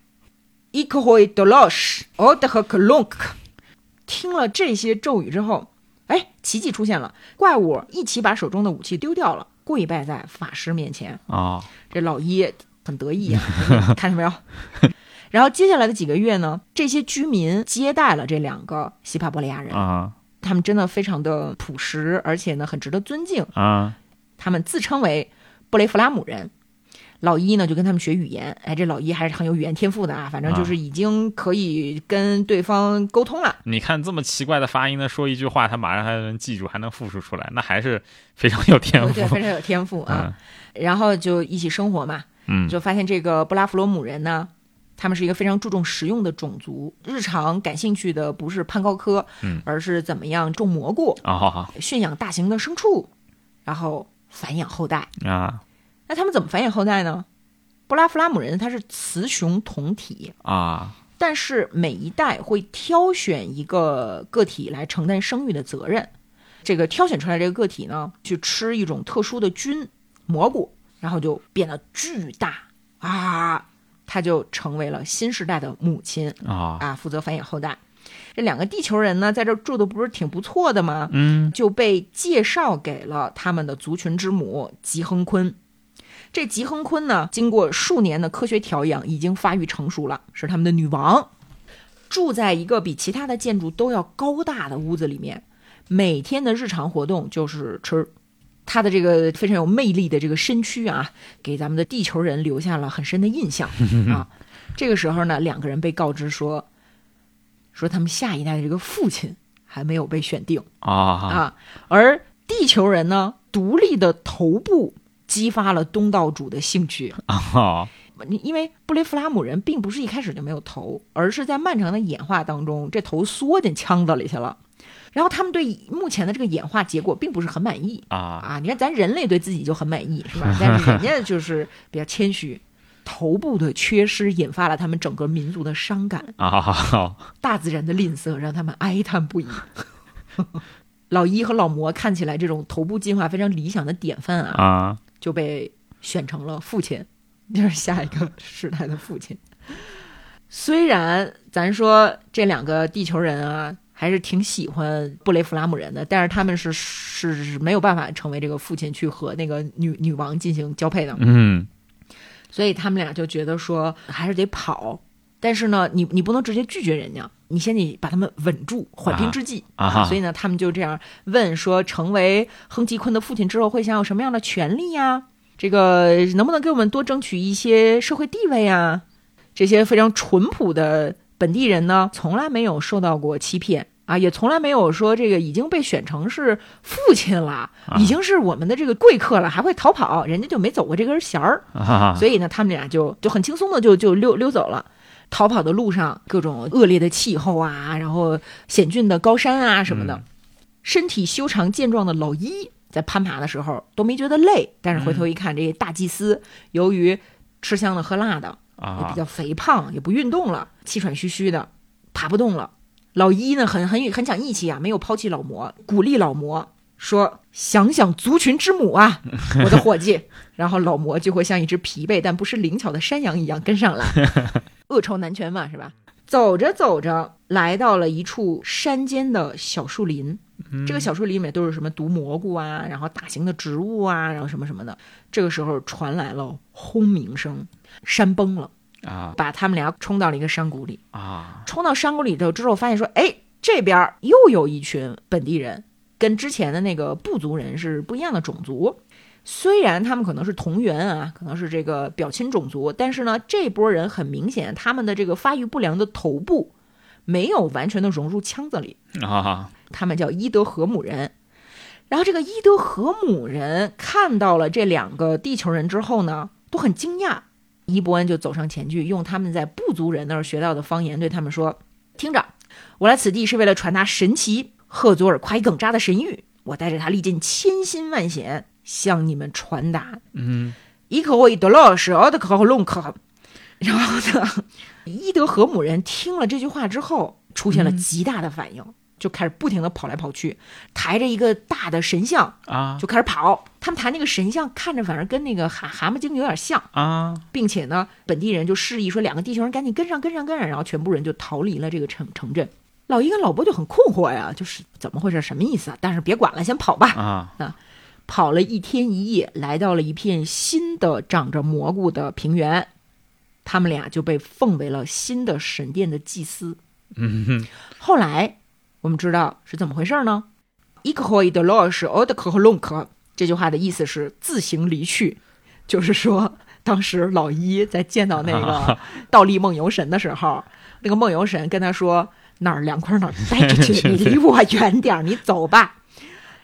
A: 伊克霍伊德洛什，奥德和克隆克。”听了这些咒语之后，哎，奇迹出现了，怪物一起把手中的武器丢掉了，跪拜在法师面前。
B: 啊
A: 这老一很得意啊， 看见没有？然后接下来的几个月呢，这些居民接待了这两个西帕伯利亚人，
B: 啊
A: 他们真的非常的朴实，而且呢很值得尊敬。
B: 啊
A: 他们自称为布雷弗拉姆人。老一呢就跟他们学语言，哎，这老一还是很有语言天赋的啊，反正就是已经可以跟对方沟通了。
B: 你看这么奇怪的发音呢，说一句话，他马上还能记住，还能复述出来，那还是非常有天
A: 对，
B: 赋。
A: 非常有天赋啊
B: 嗯。
A: 然后就一起生活嘛，
B: 嗯
A: 就发现这个布拉弗罗姆人呢，他们是一个非常注重实用的种族，日常感兴趣的不是攀高科，
B: 嗯
A: 而是怎么样种蘑菇、
B: 啊啊
A: 驯养大型的牲畜，然后繁衍后代。
B: 啊
A: 那他们怎么繁衍后代呢？布拉弗拉姆人他是雌雄同体，
B: 啊
A: 但是每一代会挑选一个个体来承担生育的责任。这个挑选出来这个个体呢，去吃一种特殊的菌蘑菇，然后就变得巨大啊，它就成为了新时代的母亲
B: 啊
A: 啊，负责繁衍后代。这两个地球人呢，在这儿住的不是挺不错的吗？
B: 嗯
A: 就被介绍给了他们的族群之母吉亨坤。这吉亨坤呢，经过数年的科学调养，已经发育成熟了，是他们的女王。住在一个比其他的建筑都要高大的屋子里面，每天的日常活动就是吃。她的这个非常有魅力的这个身躯啊，给咱们的地球人留下了很深的印 象啊。这个时候呢，两个人被告知说，说他们下一代的这个父亲还没有被选定。
B: 啊
A: 啊，而地球人呢，独立的头部激发了东道主的兴趣，
B: 啊
A: 你因为布雷弗拉姆人并不是一开始就没有头，而是在漫长的演化当中，这头缩进腔子里去了。然后他们对目前的这个演化结果并不是很满意
B: 啊
A: 啊！你看咱人类对自己就很满意是吧？但是人家就是比较谦虚，头部的缺失引发了他们整个民族的伤感，
B: 啊，好好好，
A: 大自然的吝啬让他们哀叹不已。老一和老魔看起来这种头部进化非常理想的典范啊，
B: 啊，
A: 就被选成了父亲，就是下一个时代的父亲。虽然咱说这两个地球人啊，还是挺喜欢布雷弗拉姆人的，但是他们是是是没有办法成为这个父亲去和那个女女王进行交配的，
B: 嗯，
A: 所以他们俩就觉得说还是得跑。但是呢，你你不能直接拒绝人家，你先得把他们稳住，缓兵之计
B: 啊啊哈
A: 所以呢，他们就这样问说，成为亨吉坤的父亲之后会享有什么样的权利呀、这个能不能给我们多争取一些社会地位啊？这些非常淳朴的本地人呢，从来没有受到过欺骗啊，也从来没有说这个已经被选成是父亲了，
B: 啊
A: 已经是我们的这个贵客了，还会逃跑，人家就没走过这根弦儿。
B: 啊哈哈，
A: 所以呢，他们俩就就很轻松的就就溜溜走了。逃跑的路上，各种恶劣的气候啊，然后险峻的高山啊什么的。身体修长健壮的老一在攀爬的时候都没觉得累，但是回头一看，这大祭司由于吃香的喝辣的，也比
B: 啊
A: 较肥胖，也不运动了，气喘吁吁的，爬不动了。老一呢，很很很讲义气啊，没有抛弃老魔，鼓励老魔说：“想想族群之母啊，我的伙计。”然后老魔就会像一只疲惫但不失灵巧的山羊一样跟上来，恶臭难全嘛，是吧？走着走着，来到了一处山间的小树林。这个小树林里面都是什么毒蘑菇啊，然后大型的植物啊，然后什么什么的。这个时候传来了轰鸣声，山崩了。
B: 啊
A: 把他们俩冲到了一个山谷里。
B: 啊
A: 冲到山谷里头之后，发现说，哎，这边儿又有一群本地人，跟之前的那个部族人是不一样的种族。虽然他们可能是同源啊，可能是这个表亲种族，但是呢，这波人很明显，他们的这个发育不良的头部没有完全的融入腔子里，
B: 啊
A: 他们叫伊德河姆人。然后这个伊德河姆人看到了这两个地球人之后呢，都很惊讶。伊伯恩就走上前去，用他们在部族人那儿学到的方言对他们说：“听着，我来此地是为了传达神奇赫佐尔夸伊耿扎的神谕，我带着他历尽千辛万险，向你们传达。嗯，伊可沃伊德洛什奥德可隆可。”然后呢，伊德河姆人听了这句话之后，出现了极大的反应，就开始不停地跑来跑去，抬着一个大的神像
B: 啊
A: 就开始跑。他们抬那个神像，看着反而跟那个蛤蛤蟆精有点像，
B: 啊
A: 并且呢，本地人就示意说两个地球人赶紧跟上，跟上，跟上，然后全部人就逃离了这个城城镇。老一跟老波就很困惑呀，就是怎么回事，什么意思啊？但是别管了，先跑吧。
B: 啊
A: 跑了一天一夜，来到了一片新的长着蘑菇的平原，他们俩就被奉为了新的神殿的祭司。嗯，后来我们知道是怎么回事呢 i k h o i d l o s o d k h l o n k 这句话的意思是自行离去，就是说当时老一在见到那个倒立梦游神的时候，那个梦游神跟他说哪儿凉快哪儿待着去，你离我远点儿，你走吧。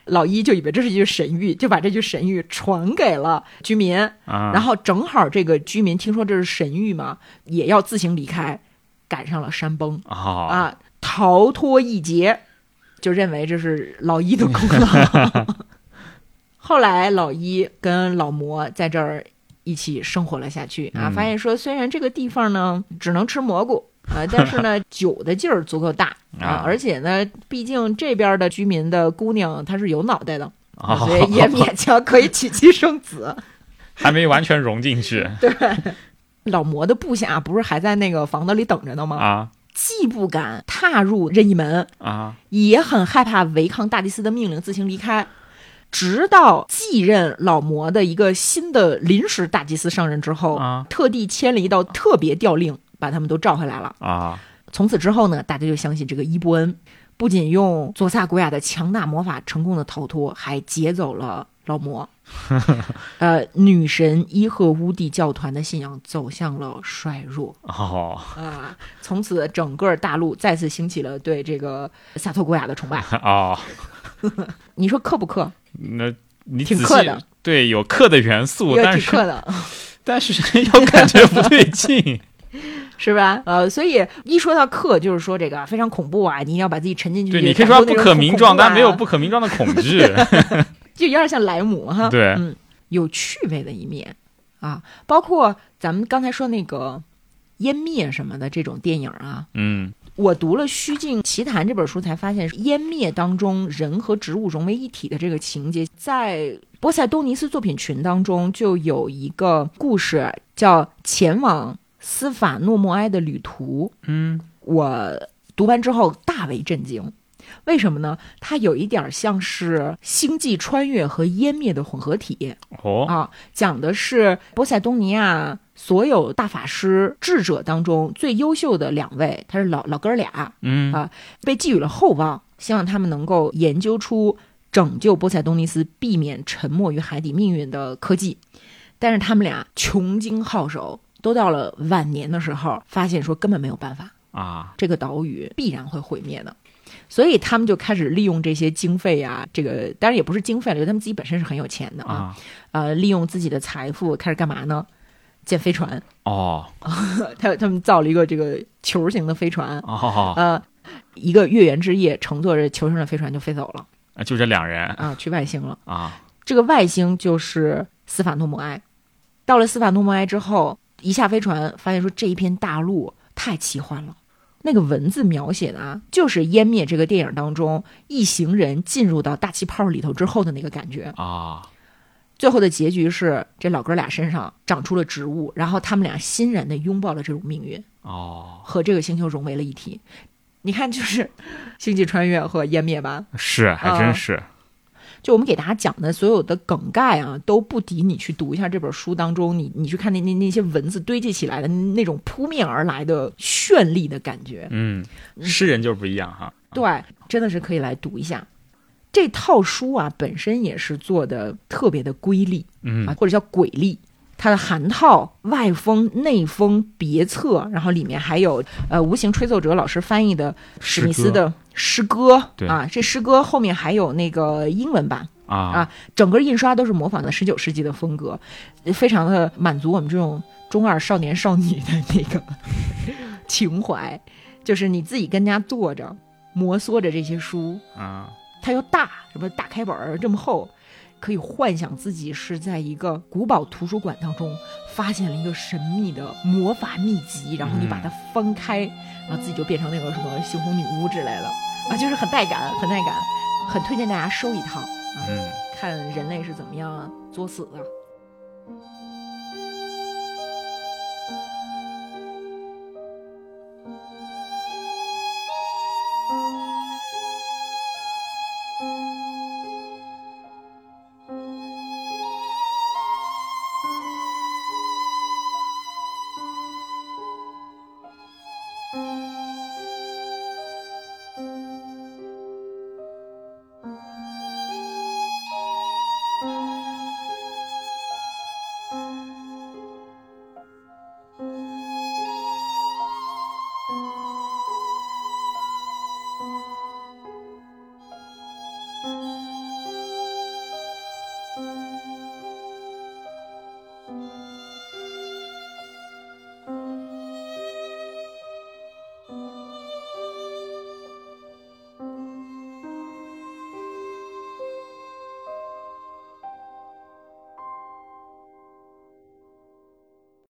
A: 老一就以为这是一句神谕，就把这句神谕传给了居民。
B: 啊，
A: 然后正好这个居民听说这是神谕嘛，也要自行离开，赶上了山崩
B: 啊
A: 啊，逃脱一劫，就认为这是老一的功 劳。后来老一跟老魔在这儿一起生活了下去啊，
B: 嗯
A: 发现说虽然这个地方呢只能吃蘑菇 啊，但是呢酒的劲儿足够大啊
B: 啊，
A: 而且呢，毕竟这边的居民的姑娘她是有脑袋的，
B: 啊，
A: 所以也勉强可以娶妻生子。
B: 还没完全融 进去
A: 老魔的部下不是还在那个房子里等着呢吗？
B: 啊
A: 既不敢踏入任意门，
B: 啊
A: 也很害怕违抗大祭司的命令自行离开。直到继任老魔的一个新的临时大祭司上任之后，
B: 啊
A: 特地签了一道特别调令，把他们都召回来了。
B: 啊
A: 从此之后呢，大家就相信这个伊波恩不仅用佐萨古亚的强大魔法成功的逃脱，还劫走了老魔。呃，女神伊赫乌蒂教团的信仰走向了衰弱
B: 哦
A: 啊！从此，整个大陆再次兴起了对这个萨托古亚的崇拜。
B: 哦，
A: 你说克不克？
B: 那你
A: 挺
B: 仔
A: 克
B: 细
A: 的
B: 对有克的元素，
A: 也
B: 但
A: 挺
B: 是
A: 克的，
B: 但是又感觉不对劲
A: 是吧？呃，所以一说到克，就是说这个非常恐怖啊，你一定要把自己沉进去。
B: 对，你可以说它
A: 感
B: 不
A: 受那种
B: 可名状，
A: 恐怖啊
B: 但没有不可名 状的恐惧。
A: 就有点像莱姆哈。
B: 对
A: 嗯，有趣味的一面啊，包括咱们刚才说那个湮灭什么的这种电影啊，
B: 嗯，
A: 我读了《虚境奇谭》这本书才发现，湮灭当中人和植物融为一体的这个情节，在波塞冬尼斯作品群当中就有一个故事叫《前往斯法诺莫埃的旅途》。
B: 嗯，
A: 我读完之后大为震惊。为什么呢？它有一点像是《星际穿越》和《湮灭》的混合体。
B: 哦，
A: 啊，讲的是波塞冬尼亚所有大法师智者当中最优秀的两位，他是老老哥儿俩，
B: 嗯
A: 啊被寄予了厚望，希望他们能够研究出拯救波塞冬尼斯避免沉没于海底命运的科技。但是他们俩穷经皓首，都到了晚年的时候，发现说根本没有办法，
B: 啊，
A: 这个岛屿必然会毁灭的。所以他们就开始利用这些经费啊，这个当然也不是经费了，因为他们自己本身是很有钱的啊，
B: 啊，
A: 呃，利用自己的财富开始干嘛呢？建飞船，
B: 哦，
A: 他他们造了一个这个球形的飞船，
B: 哦，
A: 呃，一个月圆之夜乘坐着球形的飞船就飞走了
B: 就这两人
A: 啊，去外星了。
B: 啊，
A: 这个外星就是斯法诺姆埃。到了斯法诺姆埃之后，一下飞船发现说这一片大陆太奇幻了。那个文字描写的啊，就是《湮灭》这个电影当中一行人进入到大气泡里头之后的那个感觉。
B: 啊，
A: 最后的结局是，这老哥俩身上长出了植物，然后他们俩欣然地拥抱了这种命运，
B: 哦，
A: 和这个星球融为了一体。你看，就是《星际穿越》和《湮灭》吧，
B: 是，还真是，
A: 啊就我们给大家讲的所有的梗概啊，都不敌你去读一下这本书当中，你你去看那那那些文字堆积起来的那种扑面而来的绚丽的感觉。
B: 嗯，诗人就是不一样哈，
A: 对，真的是可以来读一下。这套书啊，本身也是做的特别的瑰丽，
B: 嗯
A: 啊，或者叫鬼力。它的含套、外封、内封、别册，然后里面还有呃无形吹奏者老师翻译的史密斯的诗歌，
B: 对
A: 啊，这诗歌后面还有那个英文版，
B: 啊，
A: 整个印刷都是模仿的十九世纪的风格，呃非常的满足我们这种中二少年少女的那个情怀，就是你自己跟家坐着摩挲着这些书，
B: 啊，
A: 它又大，什么大开本儿这么厚，可以幻想自己是在一个古堡图书馆当中发现了一个神秘的魔法秘籍，然后你把它翻开，然后自己就变成那个什么猩红女巫之类的啊，就是很带感，很带感，很推荐大家收一套。
B: 嗯。
A: 看人类是怎么样作死的。